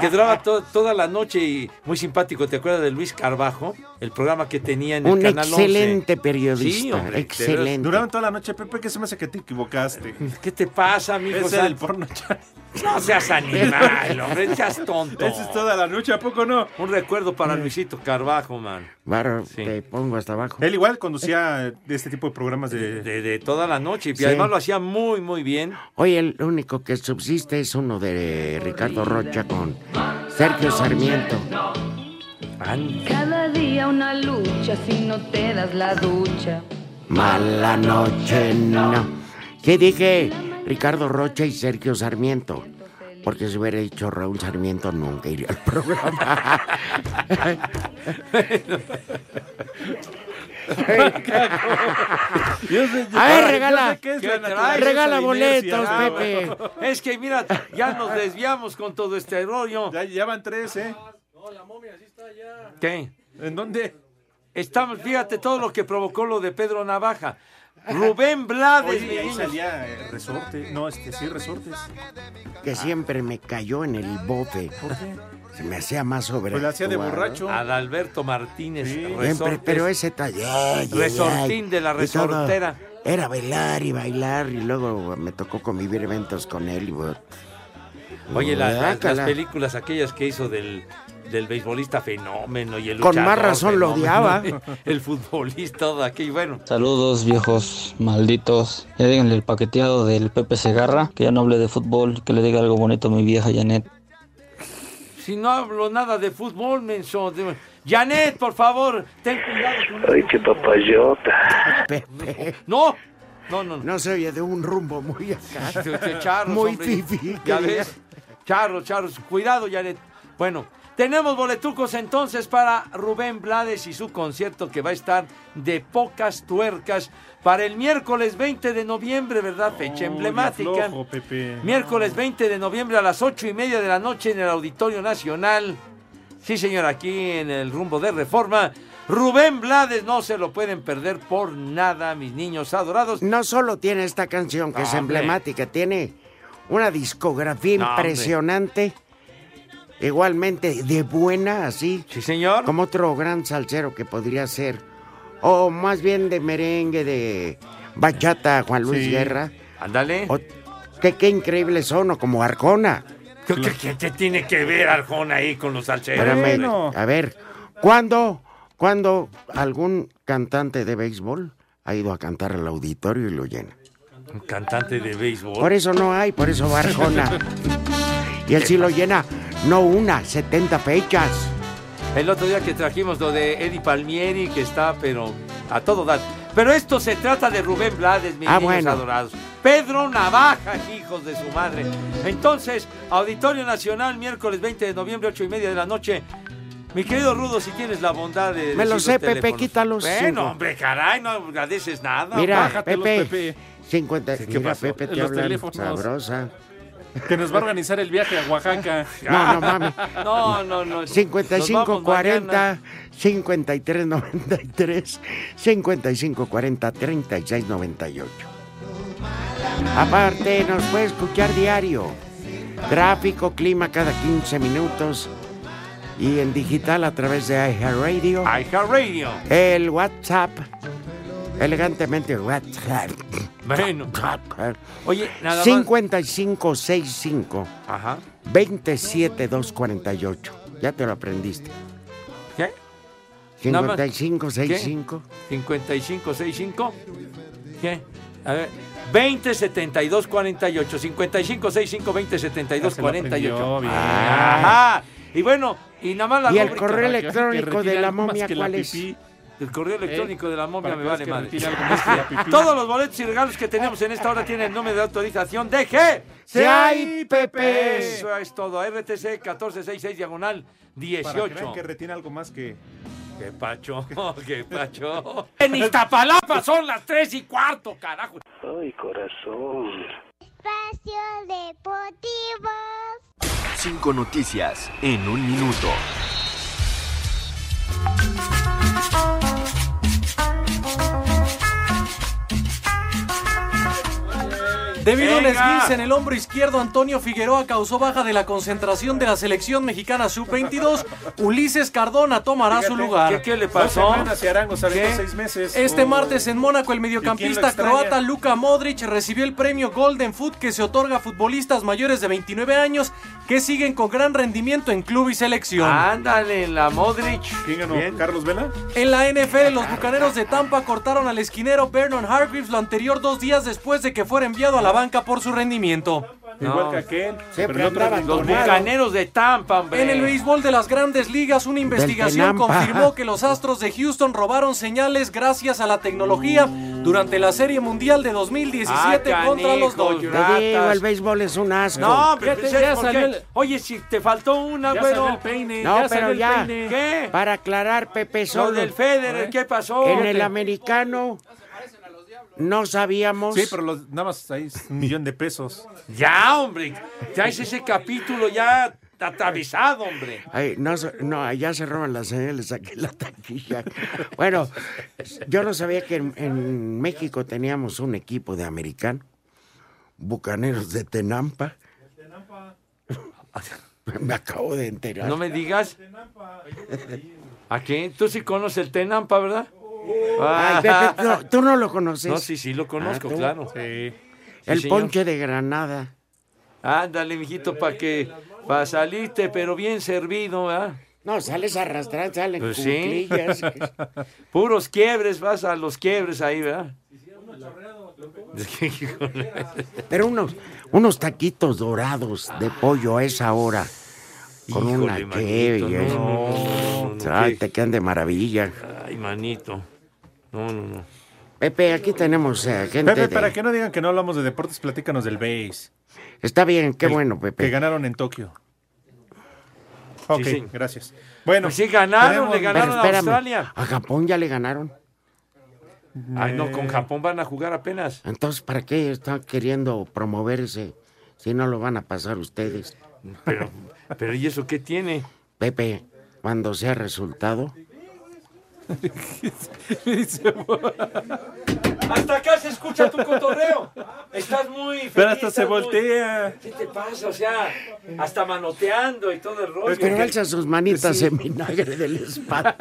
Speaker 3: que duraba to- toda la noche y muy simpático. ¿Te acuerdas de Luis Carbajo? El programa que tenía en el
Speaker 5: Un
Speaker 3: canal 11.
Speaker 5: excelente periodista.
Speaker 3: Sí, hombre, de veras.
Speaker 5: excelente.
Speaker 4: Duraron toda la noche, Pepe, que se me hace que te equivocaste.
Speaker 3: ¿Qué te pasa, amigo?
Speaker 4: Ese
Speaker 3: O sea,
Speaker 4: del porno chat.
Speaker 3: No seas animal, hombre, no seas tonto.
Speaker 4: Esa es toda la noche, ¿a poco no?
Speaker 3: Un recuerdo para Luisito Carbajo, man.
Speaker 5: Barro, te pongo hasta abajo.
Speaker 3: Eh.
Speaker 4: Él igual conducía eh, este tipo de programas de...
Speaker 3: De, de toda la noche. Y
Speaker 5: Sí.
Speaker 3: además lo hacía muy, muy bien.
Speaker 5: Hoy el único que subsiste es uno de Ricardo Rocha con Sergio Sarmiento.
Speaker 20: Cada día una lucha si no te das la ducha.
Speaker 5: Mala noche, no. ¿Qué dije? Ricardo Rocha y Sergio Sarmiento. Porque si hubiera dicho Raúl Sarmiento, nunca iría al programa. A ver, regala. ¿Qué traes Regala esa inercia? boletos,
Speaker 3: Ah,
Speaker 5: Pepe.
Speaker 3: bueno. Es que mira, ya nos desviamos con todo este rollo.
Speaker 4: Ya, ya van tres, ¿eh?
Speaker 5: Ah,
Speaker 3: ¿Qué?
Speaker 4: ¿En dónde?
Speaker 3: Estamos, fíjate todo lo que provocó lo de Pedro Navaja. Rubén Blades,
Speaker 4: Oye, y ahí
Speaker 3: mi niño.
Speaker 4: salía eh, Resorte. No, este sí, Resortes.
Speaker 5: Que siempre me cayó en el bofe. Se me hacía más sobre.
Speaker 4: Pues la hacía de borracho.
Speaker 5: Ah,
Speaker 3: Adalberto Martínez.
Speaker 5: Siempre,
Speaker 3: Resortes.
Speaker 5: pero ese taller.
Speaker 3: Resortín de la resortera.
Speaker 5: Era bailar y bailar y luego me tocó convivir eventos con él. Y, bueno,
Speaker 3: Oye, la- la- las
Speaker 5: guácala.
Speaker 3: películas aquellas que hizo del, del beisbolista fenómeno y el
Speaker 5: Con más
Speaker 3: luchador
Speaker 5: razón lo
Speaker 3: fenómeno,
Speaker 5: odiaba.
Speaker 3: El futbolista, todo aquello. Bueno,
Speaker 16: Saludos viejos malditos. Ya díganle el paqueteado del Pepe Segarra, que ya no hable de fútbol, que le diga algo bonito a mi vieja Janet.
Speaker 3: si no hablo nada de fútbol, menso. de- Janet, por favor, ten cuidado con
Speaker 8: Ay, qué papayota.
Speaker 5: Pepe.
Speaker 3: No, no, no.
Speaker 5: No se oye de un rumbo muy acá.
Speaker 3: Charros,
Speaker 5: muy
Speaker 3: hombre.
Speaker 5: fifí.
Speaker 3: Ya
Speaker 5: que
Speaker 3: ves. Charros, charros. Cuidado, Janet. Bueno, tenemos boletucos entonces para Rubén Blades y su concierto que va a estar de pocas tuercas para el miércoles 20 de noviembre, ¿verdad? Fecha emblemática.
Speaker 4: Flojo, Pepe.
Speaker 3: Miércoles 20 de noviembre a las 8 y media de la noche en el Auditorio Nacional. Sí, señor, aquí en el rumbo de reforma. Rubén Blades, no se lo pueden perder por nada, mis niños adorados.
Speaker 5: No solo tiene esta canción que es
Speaker 3: Hombre.
Speaker 5: emblemática, tiene una discografía
Speaker 3: No, hombre.
Speaker 5: impresionante. Igualmente de buena, así.
Speaker 3: Sí, señor.
Speaker 5: Como otro gran salsero que podría ser. O más bien de merengue, de bachata, Juan Luis
Speaker 3: Sí.
Speaker 5: Guerra.
Speaker 3: Ándale.
Speaker 5: O- que qué increíbles son, o como Arcona.
Speaker 3: ¿Qué, qué- qué te tiene que ver Arjón ahí con los salcheros?
Speaker 5: Espérame, a ver, ¿cuándo, ¿cuándo algún cantante de béisbol ha ido a cantar al auditorio y lo llena?
Speaker 3: Un cantante de béisbol.
Speaker 5: Por eso no hay, por eso va Arjona. Y él sí lo llena, no una, 70 fechas.
Speaker 3: El otro día que trajimos lo de Eddie Palmieri, que está, pero a todo dar. Pero esto se trata de Rubén Blades, mis
Speaker 5: Ah,
Speaker 3: niños
Speaker 5: bueno.
Speaker 3: adorados. Pedro Navaja, hijos de su madre. Entonces, Auditorio Nacional, miércoles 20 de noviembre, 8 y media de la noche. Mi querido Rudo, si tienes la bondad de.
Speaker 5: Me lo
Speaker 3: decir
Speaker 5: sé,
Speaker 3: los
Speaker 5: Pepe,
Speaker 3: teléfonos.
Speaker 5: quítalos,
Speaker 3: Bueno,
Speaker 5: cinco.
Speaker 3: hombre, caray, no agradeces nada.
Speaker 5: Mira,
Speaker 3: Ah, Bájatelos,
Speaker 5: Pepe, 50,
Speaker 3: ¿Qué
Speaker 5: mira,
Speaker 3: pasó?
Speaker 5: Pepe, te
Speaker 4: Los
Speaker 5: hablan
Speaker 4: teléfonos.
Speaker 5: sabrosa.
Speaker 4: Que nos va a organizar el viaje a Oaxaca.
Speaker 5: No, no mames.
Speaker 3: No, no, no.
Speaker 5: 55 40 53 93 55 40 36 98. Aparte, nos puede escuchar diario. Tráfico, clima cada 15 minutos. Y en digital a través de iHeartRadio.
Speaker 3: Radio.
Speaker 5: El WhatsApp. Elegantemente WhatsApp.
Speaker 3: Bueno. Oye, nada más.
Speaker 5: 5565
Speaker 3: Ajá.
Speaker 5: 27248. Ya te lo aprendiste.
Speaker 3: ¿Qué? Nada más.
Speaker 5: 5565
Speaker 3: 5565. ¿Qué? A ver, 20 72 48 55 65 20 72 48.
Speaker 4: bien.
Speaker 3: Ajá. Ah, Y bueno, y nada más la
Speaker 5: ¿Y el
Speaker 3: rúbrica-
Speaker 5: correo
Speaker 3: para que-
Speaker 5: electrónico
Speaker 3: que
Speaker 5: de la
Speaker 3: retiran más
Speaker 5: momia
Speaker 3: que la
Speaker 5: cuál es?
Speaker 3: pipí. El correo electrónico de la momia
Speaker 5: Eh, para
Speaker 3: me
Speaker 5: que
Speaker 3: vale
Speaker 5: veas
Speaker 3: madre.
Speaker 5: que retira algo más que la pipí.
Speaker 3: Todos los boletos y regalos que tenemos en esta hora tienen el nombre de autorización de G.
Speaker 5: ¡Seay Pepe!
Speaker 3: Eso es todo. RTC 1466 diagonal 18.
Speaker 4: Para que vean que retiene algo más que...
Speaker 3: ¡Qué pacho! Oh, ¡Qué pacho! En Iztapalapa son las 3 y cuarto, carajo.
Speaker 8: Ay, corazón.
Speaker 7: Espacio Deportivo.
Speaker 21: Cinco noticias en un minuto.
Speaker 22: Debido a un
Speaker 3: Venga.
Speaker 22: esguince en el hombro izquierdo, Antonio Figueroa causó baja de la concentración de la selección mexicana sub-22. Ulises Cardona tomará su lugar.
Speaker 3: ¿Qué, qué le pasó?
Speaker 4: aventó
Speaker 22: ¿Qué?
Speaker 4: seis meses.
Speaker 22: Este
Speaker 4: Oh.
Speaker 22: martes en Mónaco, el
Speaker 4: ¿Y quién lo
Speaker 22: mediocampista
Speaker 4: extraña?
Speaker 22: croata Luka Modric recibió el premio Golden Foot que se otorga a futbolistas mayores de 29 años que siguen con gran rendimiento en club y selección.
Speaker 4: Ah.
Speaker 3: Ándale, la Modric.
Speaker 4: ¿Quién ganó? ¿Carlos Vela?
Speaker 22: En la NFL, los bucaneros de Tampa cortaron al esquinero Vernon Hargreaves lo anterior dos días después de que fuera enviado a la banca por su rendimiento.
Speaker 4: Igual que aquel.
Speaker 22: Siempre
Speaker 4: pero el otro
Speaker 22: andaban
Speaker 4: era
Speaker 22: con
Speaker 4: tornero.
Speaker 22: él.
Speaker 3: Bucaneros de Tampa, hombre.
Speaker 22: En el béisbol de las grandes ligas, una investigación
Speaker 3: Tenampa.
Speaker 22: confirmó que los Astros de Houston robaron señales gracias a la tecnología
Speaker 4: Uh.
Speaker 22: durante la Serie Mundial de 2017
Speaker 3: Ah,
Speaker 22: contra los
Speaker 3: canijos,
Speaker 22: Dodgers.
Speaker 3: ratas.
Speaker 5: Te digo, el béisbol es un asco.
Speaker 3: No, pero
Speaker 22: Ya te-
Speaker 3: ¿sabes
Speaker 22: ya
Speaker 3: por
Speaker 22: salió
Speaker 3: qué?
Speaker 22: el-
Speaker 3: Oye, si te faltó una,
Speaker 22: Ya
Speaker 3: güero.
Speaker 22: salió el peine,
Speaker 5: No, pero ya,
Speaker 3: ¿Qué?
Speaker 5: para aclarar, Pepe,
Speaker 3: Lo
Speaker 5: solo
Speaker 3: del Federer, ¿qué pasó?
Speaker 5: en el americano no sabíamos.
Speaker 4: Sí, pero los, nada más ahí es un millón de pesos.
Speaker 3: Ya, hombre. Ya es ese capítulo ya atravesado, hombre.
Speaker 5: Ay, no, se- no, allá se roban las señales, aquí la taquilla. Bueno, yo no sabía que en, en México teníamos un equipo de americano, bucaneros de Tenampa. Me acabo de enterar.
Speaker 3: No me digas. ¿A qué? Tú sí conoces el Tenampa, ¿verdad? Ah,
Speaker 5: Ay, Pepe, no, tú no lo conoces.
Speaker 3: No, sí, sí, lo conozco,
Speaker 5: Ah, tú.
Speaker 3: claro. Sí.
Speaker 5: El
Speaker 3: señor.
Speaker 5: ponche de Granada.
Speaker 3: Ándale, mijito, para que pa salirte, pero bien servido, ¿verdad?
Speaker 5: No, sales arrastrando, salen
Speaker 3: Pues sí.
Speaker 5: cuclillas.
Speaker 3: Puros quiebres, vas a los quiebres ahí, ¿verdad?
Speaker 5: Pero unos, unos taquitos dorados de pollo a esa hora. Con
Speaker 3: Híjole,
Speaker 5: una
Speaker 3: manito,
Speaker 5: que
Speaker 3: no, no, no, no,
Speaker 5: Ay,
Speaker 3: qué-
Speaker 5: te quedan de maravilla.
Speaker 3: Ay, manito. No, no, no.
Speaker 5: Pepe, aquí tenemos eh, gente.
Speaker 4: Pepe,
Speaker 5: de-
Speaker 4: para que no digan que no hablamos de deportes, platícanos del base.
Speaker 5: Está bien, qué
Speaker 4: El-
Speaker 5: bueno, Pepe.
Speaker 4: Que ganaron en Tokio. Ok,
Speaker 5: sí.
Speaker 4: gracias. Bueno,
Speaker 3: Pues sí, ganaron, le ganaron
Speaker 5: Pero
Speaker 3: a
Speaker 5: espérame,
Speaker 3: Australia.
Speaker 5: A Japón ya le ganaron.
Speaker 3: Ay, no, con Japón van a jugar apenas.
Speaker 5: Entonces, ¿para qué están queriendo promoverse si no lo van a pasar ustedes?
Speaker 3: Pero, pero ¿y eso qué tiene?
Speaker 5: Pepe, cuando sea resultado.
Speaker 3: Hasta acá se escucha tu cotorreo. Estás muy feliz.
Speaker 4: Pero hasta se
Speaker 3: estás muy-
Speaker 4: voltea.
Speaker 3: ¿Qué te pasa? O sea, hasta manoteando y todo el rollo.
Speaker 5: Pero alza sus manitas en vinagre del espanto.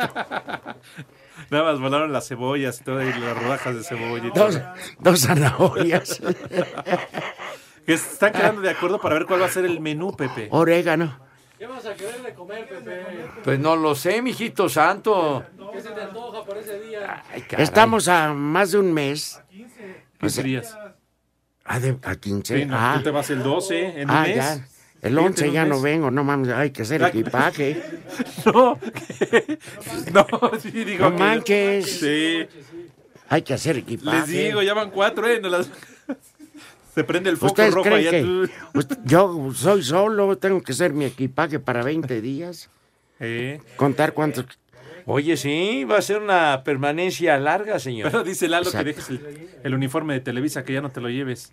Speaker 4: Nada más volaron las cebollas y todas las rodajas de cebolla. y
Speaker 5: Dos,
Speaker 4: todo.
Speaker 5: dos zanahorias.
Speaker 4: Que se están quedando de acuerdo para ver cuál va a ser el menú, Pepe.
Speaker 5: Orégano.
Speaker 22: ¿Qué vas a querer de comer, Pepe?
Speaker 3: Pues no lo sé, mijito santo.
Speaker 22: ¿Qué se te antoja por ese día?
Speaker 3: Caray.
Speaker 5: Estamos a más de un mes. O sea,
Speaker 4: días?
Speaker 5: ah, de- a 15.
Speaker 4: Sí, no,
Speaker 5: ah,
Speaker 4: tú te vas el 12 en un
Speaker 5: ah,
Speaker 4: mes.
Speaker 5: ya. El
Speaker 4: Fíjate,
Speaker 5: 11
Speaker 4: en
Speaker 5: ya
Speaker 4: un
Speaker 5: no
Speaker 4: mes.
Speaker 5: vengo, no mames, hay que hacer
Speaker 4: Ah,
Speaker 5: equipaje.
Speaker 4: No, no, sí, digo.
Speaker 5: No
Speaker 4: que-
Speaker 5: manches. Ah,
Speaker 4: Sí,
Speaker 5: Hay que hacer equipaje.
Speaker 4: les digo, ya van cuatro, ¿eh? no las- Se prende el foco
Speaker 5: ¿Ustedes
Speaker 4: rojo
Speaker 5: creen
Speaker 4: allá.
Speaker 5: que
Speaker 4: tú-
Speaker 5: ust- yo soy solo, tengo que hacer mi equipaje para 20 días?
Speaker 4: Eh,
Speaker 5: Contar cuántos...
Speaker 3: Oye, sí, va a ser una permanencia larga, señor.
Speaker 4: Pero dice Lalo que dejes el, el uniforme de Televisa, que ya no te lo lleves.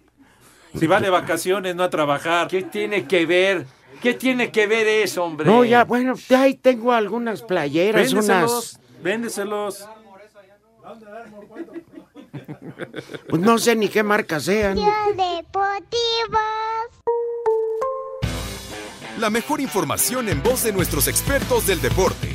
Speaker 4: Si va de vacaciones, no a trabajar.
Speaker 3: ¿Qué tiene que ver? ¿Qué tiene que ver eso, hombre?
Speaker 5: No, ya, bueno, ya ahí tengo algunas playeras, unas...
Speaker 4: Véndeselos, véndeselos.
Speaker 5: Pues no sé ni qué marca sean.
Speaker 7: Espacio Deportivo.
Speaker 1: La mejor información en voz de nuestros expertos del deporte.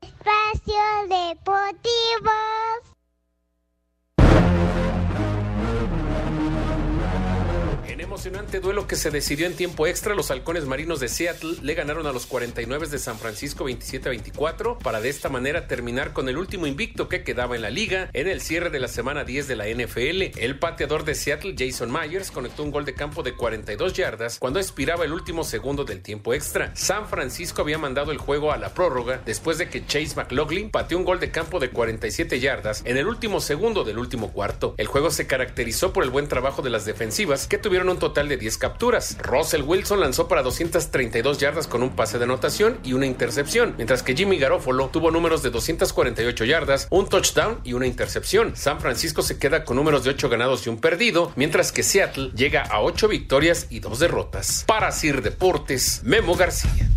Speaker 7: Espacio Deportivo.
Speaker 2: En emocionante duelo que se decidió en tiempo extra, los halcones marinos de Seattle le ganaron a los 49 de San Francisco 27-24 para de esta manera terminar con el último invicto que quedaba en la liga en el cierre de la semana 10 de la NFL. El pateador de Seattle, Jason Myers, conectó un gol de campo de 42 yardas cuando expiraba el último segundo del tiempo extra. San Francisco había mandado el juego a la prórroga después de que Chase McLaughlin pateó un gol de campo de 47 yardas en el último segundo del último cuarto. El juego se caracterizó por el buen trabajo de las defensivas que tuvieron un total de 10 capturas. Russell Wilson lanzó para 232 yardas con un pase de anotación y una intercepción, mientras que Jimmy Garofolo tuvo números de 248 yardas, un touchdown y una intercepción. San Francisco se queda con números de 8 ganados y un perdido, mientras que Seattle llega a 8 victorias y 2 derrotas. Para Sir Deportes, Memo García.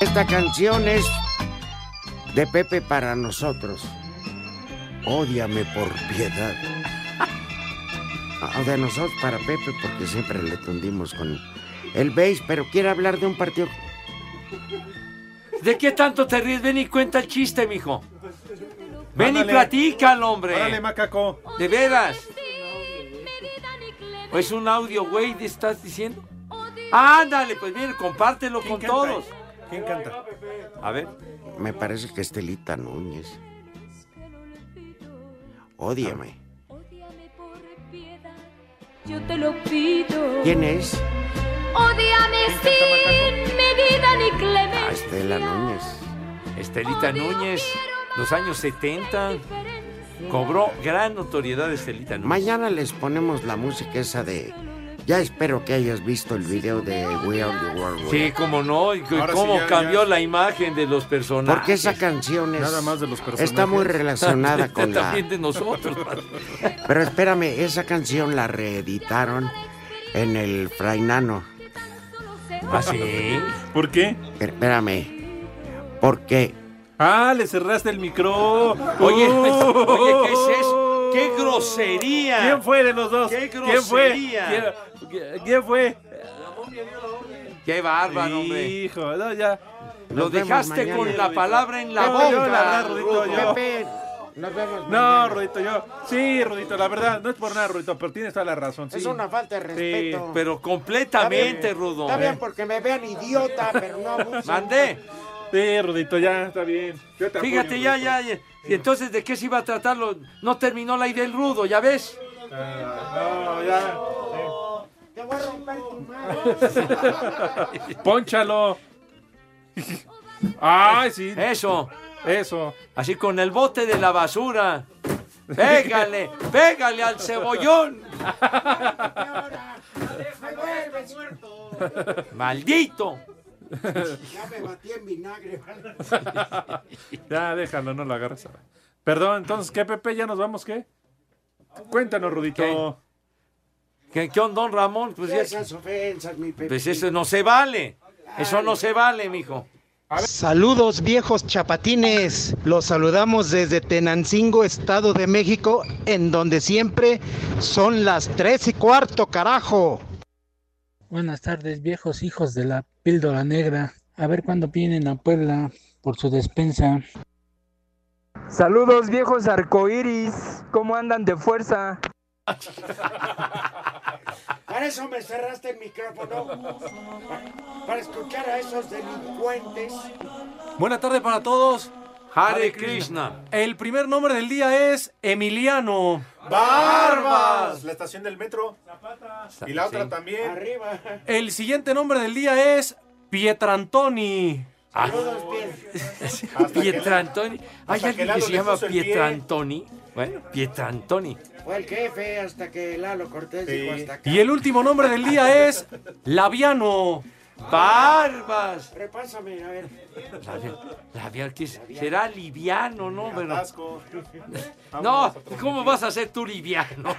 Speaker 5: Esta canción es de Pepe para nosotros. Ódiame por piedad. O de nosotros para Pepe porque siempre le tundimos con el base, pero quiere hablar de un partido.
Speaker 3: ¿De qué tanto te ríes? Ven y cuenta el chiste, mijo. Ven
Speaker 4: Ándale.
Speaker 3: y platica al hombre.
Speaker 4: Órale, macaco.
Speaker 3: De veras. Pues un audio, güey, ¿te estás diciendo? Ándale, pues miren, compártelo con todos.
Speaker 4: ¿Quién canta?
Speaker 3: A ver.
Speaker 5: Me parece que es Telita Núñez. Ódiame.
Speaker 6: Yo te lo pido.
Speaker 5: ¿Quién es?
Speaker 6: Odiame sin medida ni
Speaker 5: Ah,
Speaker 6: clemencia.
Speaker 5: Estela Núñez.
Speaker 3: Estelita Núñez, los años 70. Cobró gran notoriedad Estelita Núñez.
Speaker 5: Mañana les ponemos la música esa de. Ya espero que hayas visto el video de We Are the World. We
Speaker 3: Sí,
Speaker 5: Are.
Speaker 3: cómo no, y
Speaker 5: Ahora sí,
Speaker 3: cómo
Speaker 5: ya,
Speaker 3: cambió
Speaker 5: ya.
Speaker 3: la imagen de los personajes.
Speaker 5: Porque esa canción es- Nada más de los personajes. está muy relacionada con la-
Speaker 3: También de nosotros.
Speaker 5: Pero espérame, esa canción la reeditaron en el Frainano.
Speaker 3: ¿Ah, sí?
Speaker 4: ¿Por qué?
Speaker 5: Espérame. Porque
Speaker 4: Ah, le cerraste el micro.
Speaker 3: Oye,
Speaker 4: Oh.
Speaker 3: oye, ¿qué es eso? ¡Qué grosería!
Speaker 4: ¿Quién fue de los dos?
Speaker 3: ¡Qué
Speaker 4: ¿Quién fue?
Speaker 3: grosería!
Speaker 4: ¿Quién- ¿Quién fue?
Speaker 3: ¡Qué bárbaro, hombre!
Speaker 4: Hijo, no, ya.
Speaker 3: Lo
Speaker 4: Nos vemos
Speaker 3: dejaste
Speaker 4: mañana.
Speaker 3: con la palabra en la
Speaker 4: Yo, yo,
Speaker 3: boca.
Speaker 4: la verdad, Rudito, yo.
Speaker 5: Pepe, nos vemos
Speaker 4: No, Rudito, yo. Sí, Rudito, la verdad, no es por nada, Rudito, pero tienes toda la razón. sí.
Speaker 5: es una falta de respeto.
Speaker 3: Pero completamente, Rudo.
Speaker 5: Está bien porque me vean idiota, pero no abuso.
Speaker 3: ¡Mandé!
Speaker 4: Sí, Rudito, ya, está bien. Yo te
Speaker 3: Fíjate,
Speaker 4: apoyo,
Speaker 3: ya,
Speaker 4: Rudito.
Speaker 3: ya, ya. Y entonces, ¿de qué se iba a tratarlo? No terminó la idea del rudo, ¿ya ves?
Speaker 4: No, ya.
Speaker 5: Te voy a romper tu
Speaker 4: madre. Pónchalo. Ay, sí.
Speaker 5: Eh.
Speaker 3: Eso.
Speaker 4: Eso.
Speaker 3: Así con el bote de la basura. Pégale, pégale al cebollón. Maldito.
Speaker 5: Ya me batí en vinagre.
Speaker 4: ya, déjalo, no lo agarras. Perdón, entonces, ¿qué, Pepe? ¿Ya nos vamos, qué? Cuéntanos, Rudito.
Speaker 3: ¿Qué, qué onda, don Ramón? Pues, ya-
Speaker 5: Esas ofensas, mi Pepe.
Speaker 3: pues eso no se vale. Eso no se vale, mijo.
Speaker 10: Saludos viejos chapatines, los saludamos desde Tenancingo, Estado de México, en donde siempre son las tres y cuarto, carajo.
Speaker 11: Buenas tardes, viejos hijos de la píldora negra. A ver cuándo vienen a Puebla por su despensa.
Speaker 23: Saludos viejos arcoíris, ¿cómo andan de fuerza?
Speaker 5: Para eso me cerraste el micrófono. Pa- Para escuchar a esos delincuentes.
Speaker 22: Buena tarde para todos.
Speaker 3: Hare Krishna.
Speaker 22: El primer nombre del día es Emiliano.
Speaker 4: ¡Barbas! La estación del metro. Y la otra también.
Speaker 5: Arriba.
Speaker 22: El siguiente nombre del día es Pietrantoni.
Speaker 3: Pietrantoni. ¿Hay
Speaker 5: Hasta que
Speaker 3: alguien que
Speaker 5: Lalo
Speaker 3: se
Speaker 5: le
Speaker 3: llama
Speaker 5: puso el pie.
Speaker 3: Pietrantoni? Bueno, Pietrantoni.
Speaker 5: Fue el jefe hasta que Lalo Cortés dijo hasta acá.
Speaker 22: Y el último nombre del día es Laviano.
Speaker 3: Barbas.
Speaker 5: Repásame, a ver.
Speaker 3: Labial, labial, ¿qué es? Será liviano, ¿no? Bueno,
Speaker 4: Atasco.
Speaker 3: no, ¿cómo vas a ser tú liviano?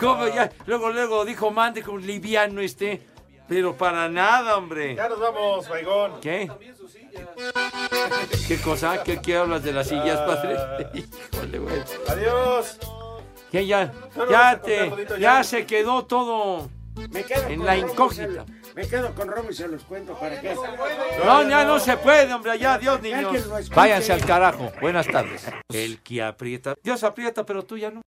Speaker 3: ¿Cómo ya? Luego, luego dijo Mande con liviano este. Pero para nada, hombre.
Speaker 4: Ya nos vamos, Baigón.
Speaker 3: ¿Qué? ¿Qué cosa? ¿Qué, qué hablas de las sillas, padre? Híjole, güey.
Speaker 4: Adiós.
Speaker 3: Que ya,
Speaker 4: No lo vas
Speaker 3: ya
Speaker 4: a contar,
Speaker 3: te,
Speaker 4: Rudito, ya.
Speaker 3: ya se quedó todo
Speaker 5: Me quedo
Speaker 3: en
Speaker 5: con
Speaker 3: la
Speaker 5: Romo y
Speaker 3: incógnita.
Speaker 5: se- Me quedo con Romo y se los cuento para que.
Speaker 3: No, ya no se puede, hombre, allá, adiós, niños.
Speaker 5: Alguien lo escuche.
Speaker 3: Váyanse al carajo. Buenas tardes. El que aprieta. Dios aprieta, pero tú ya no.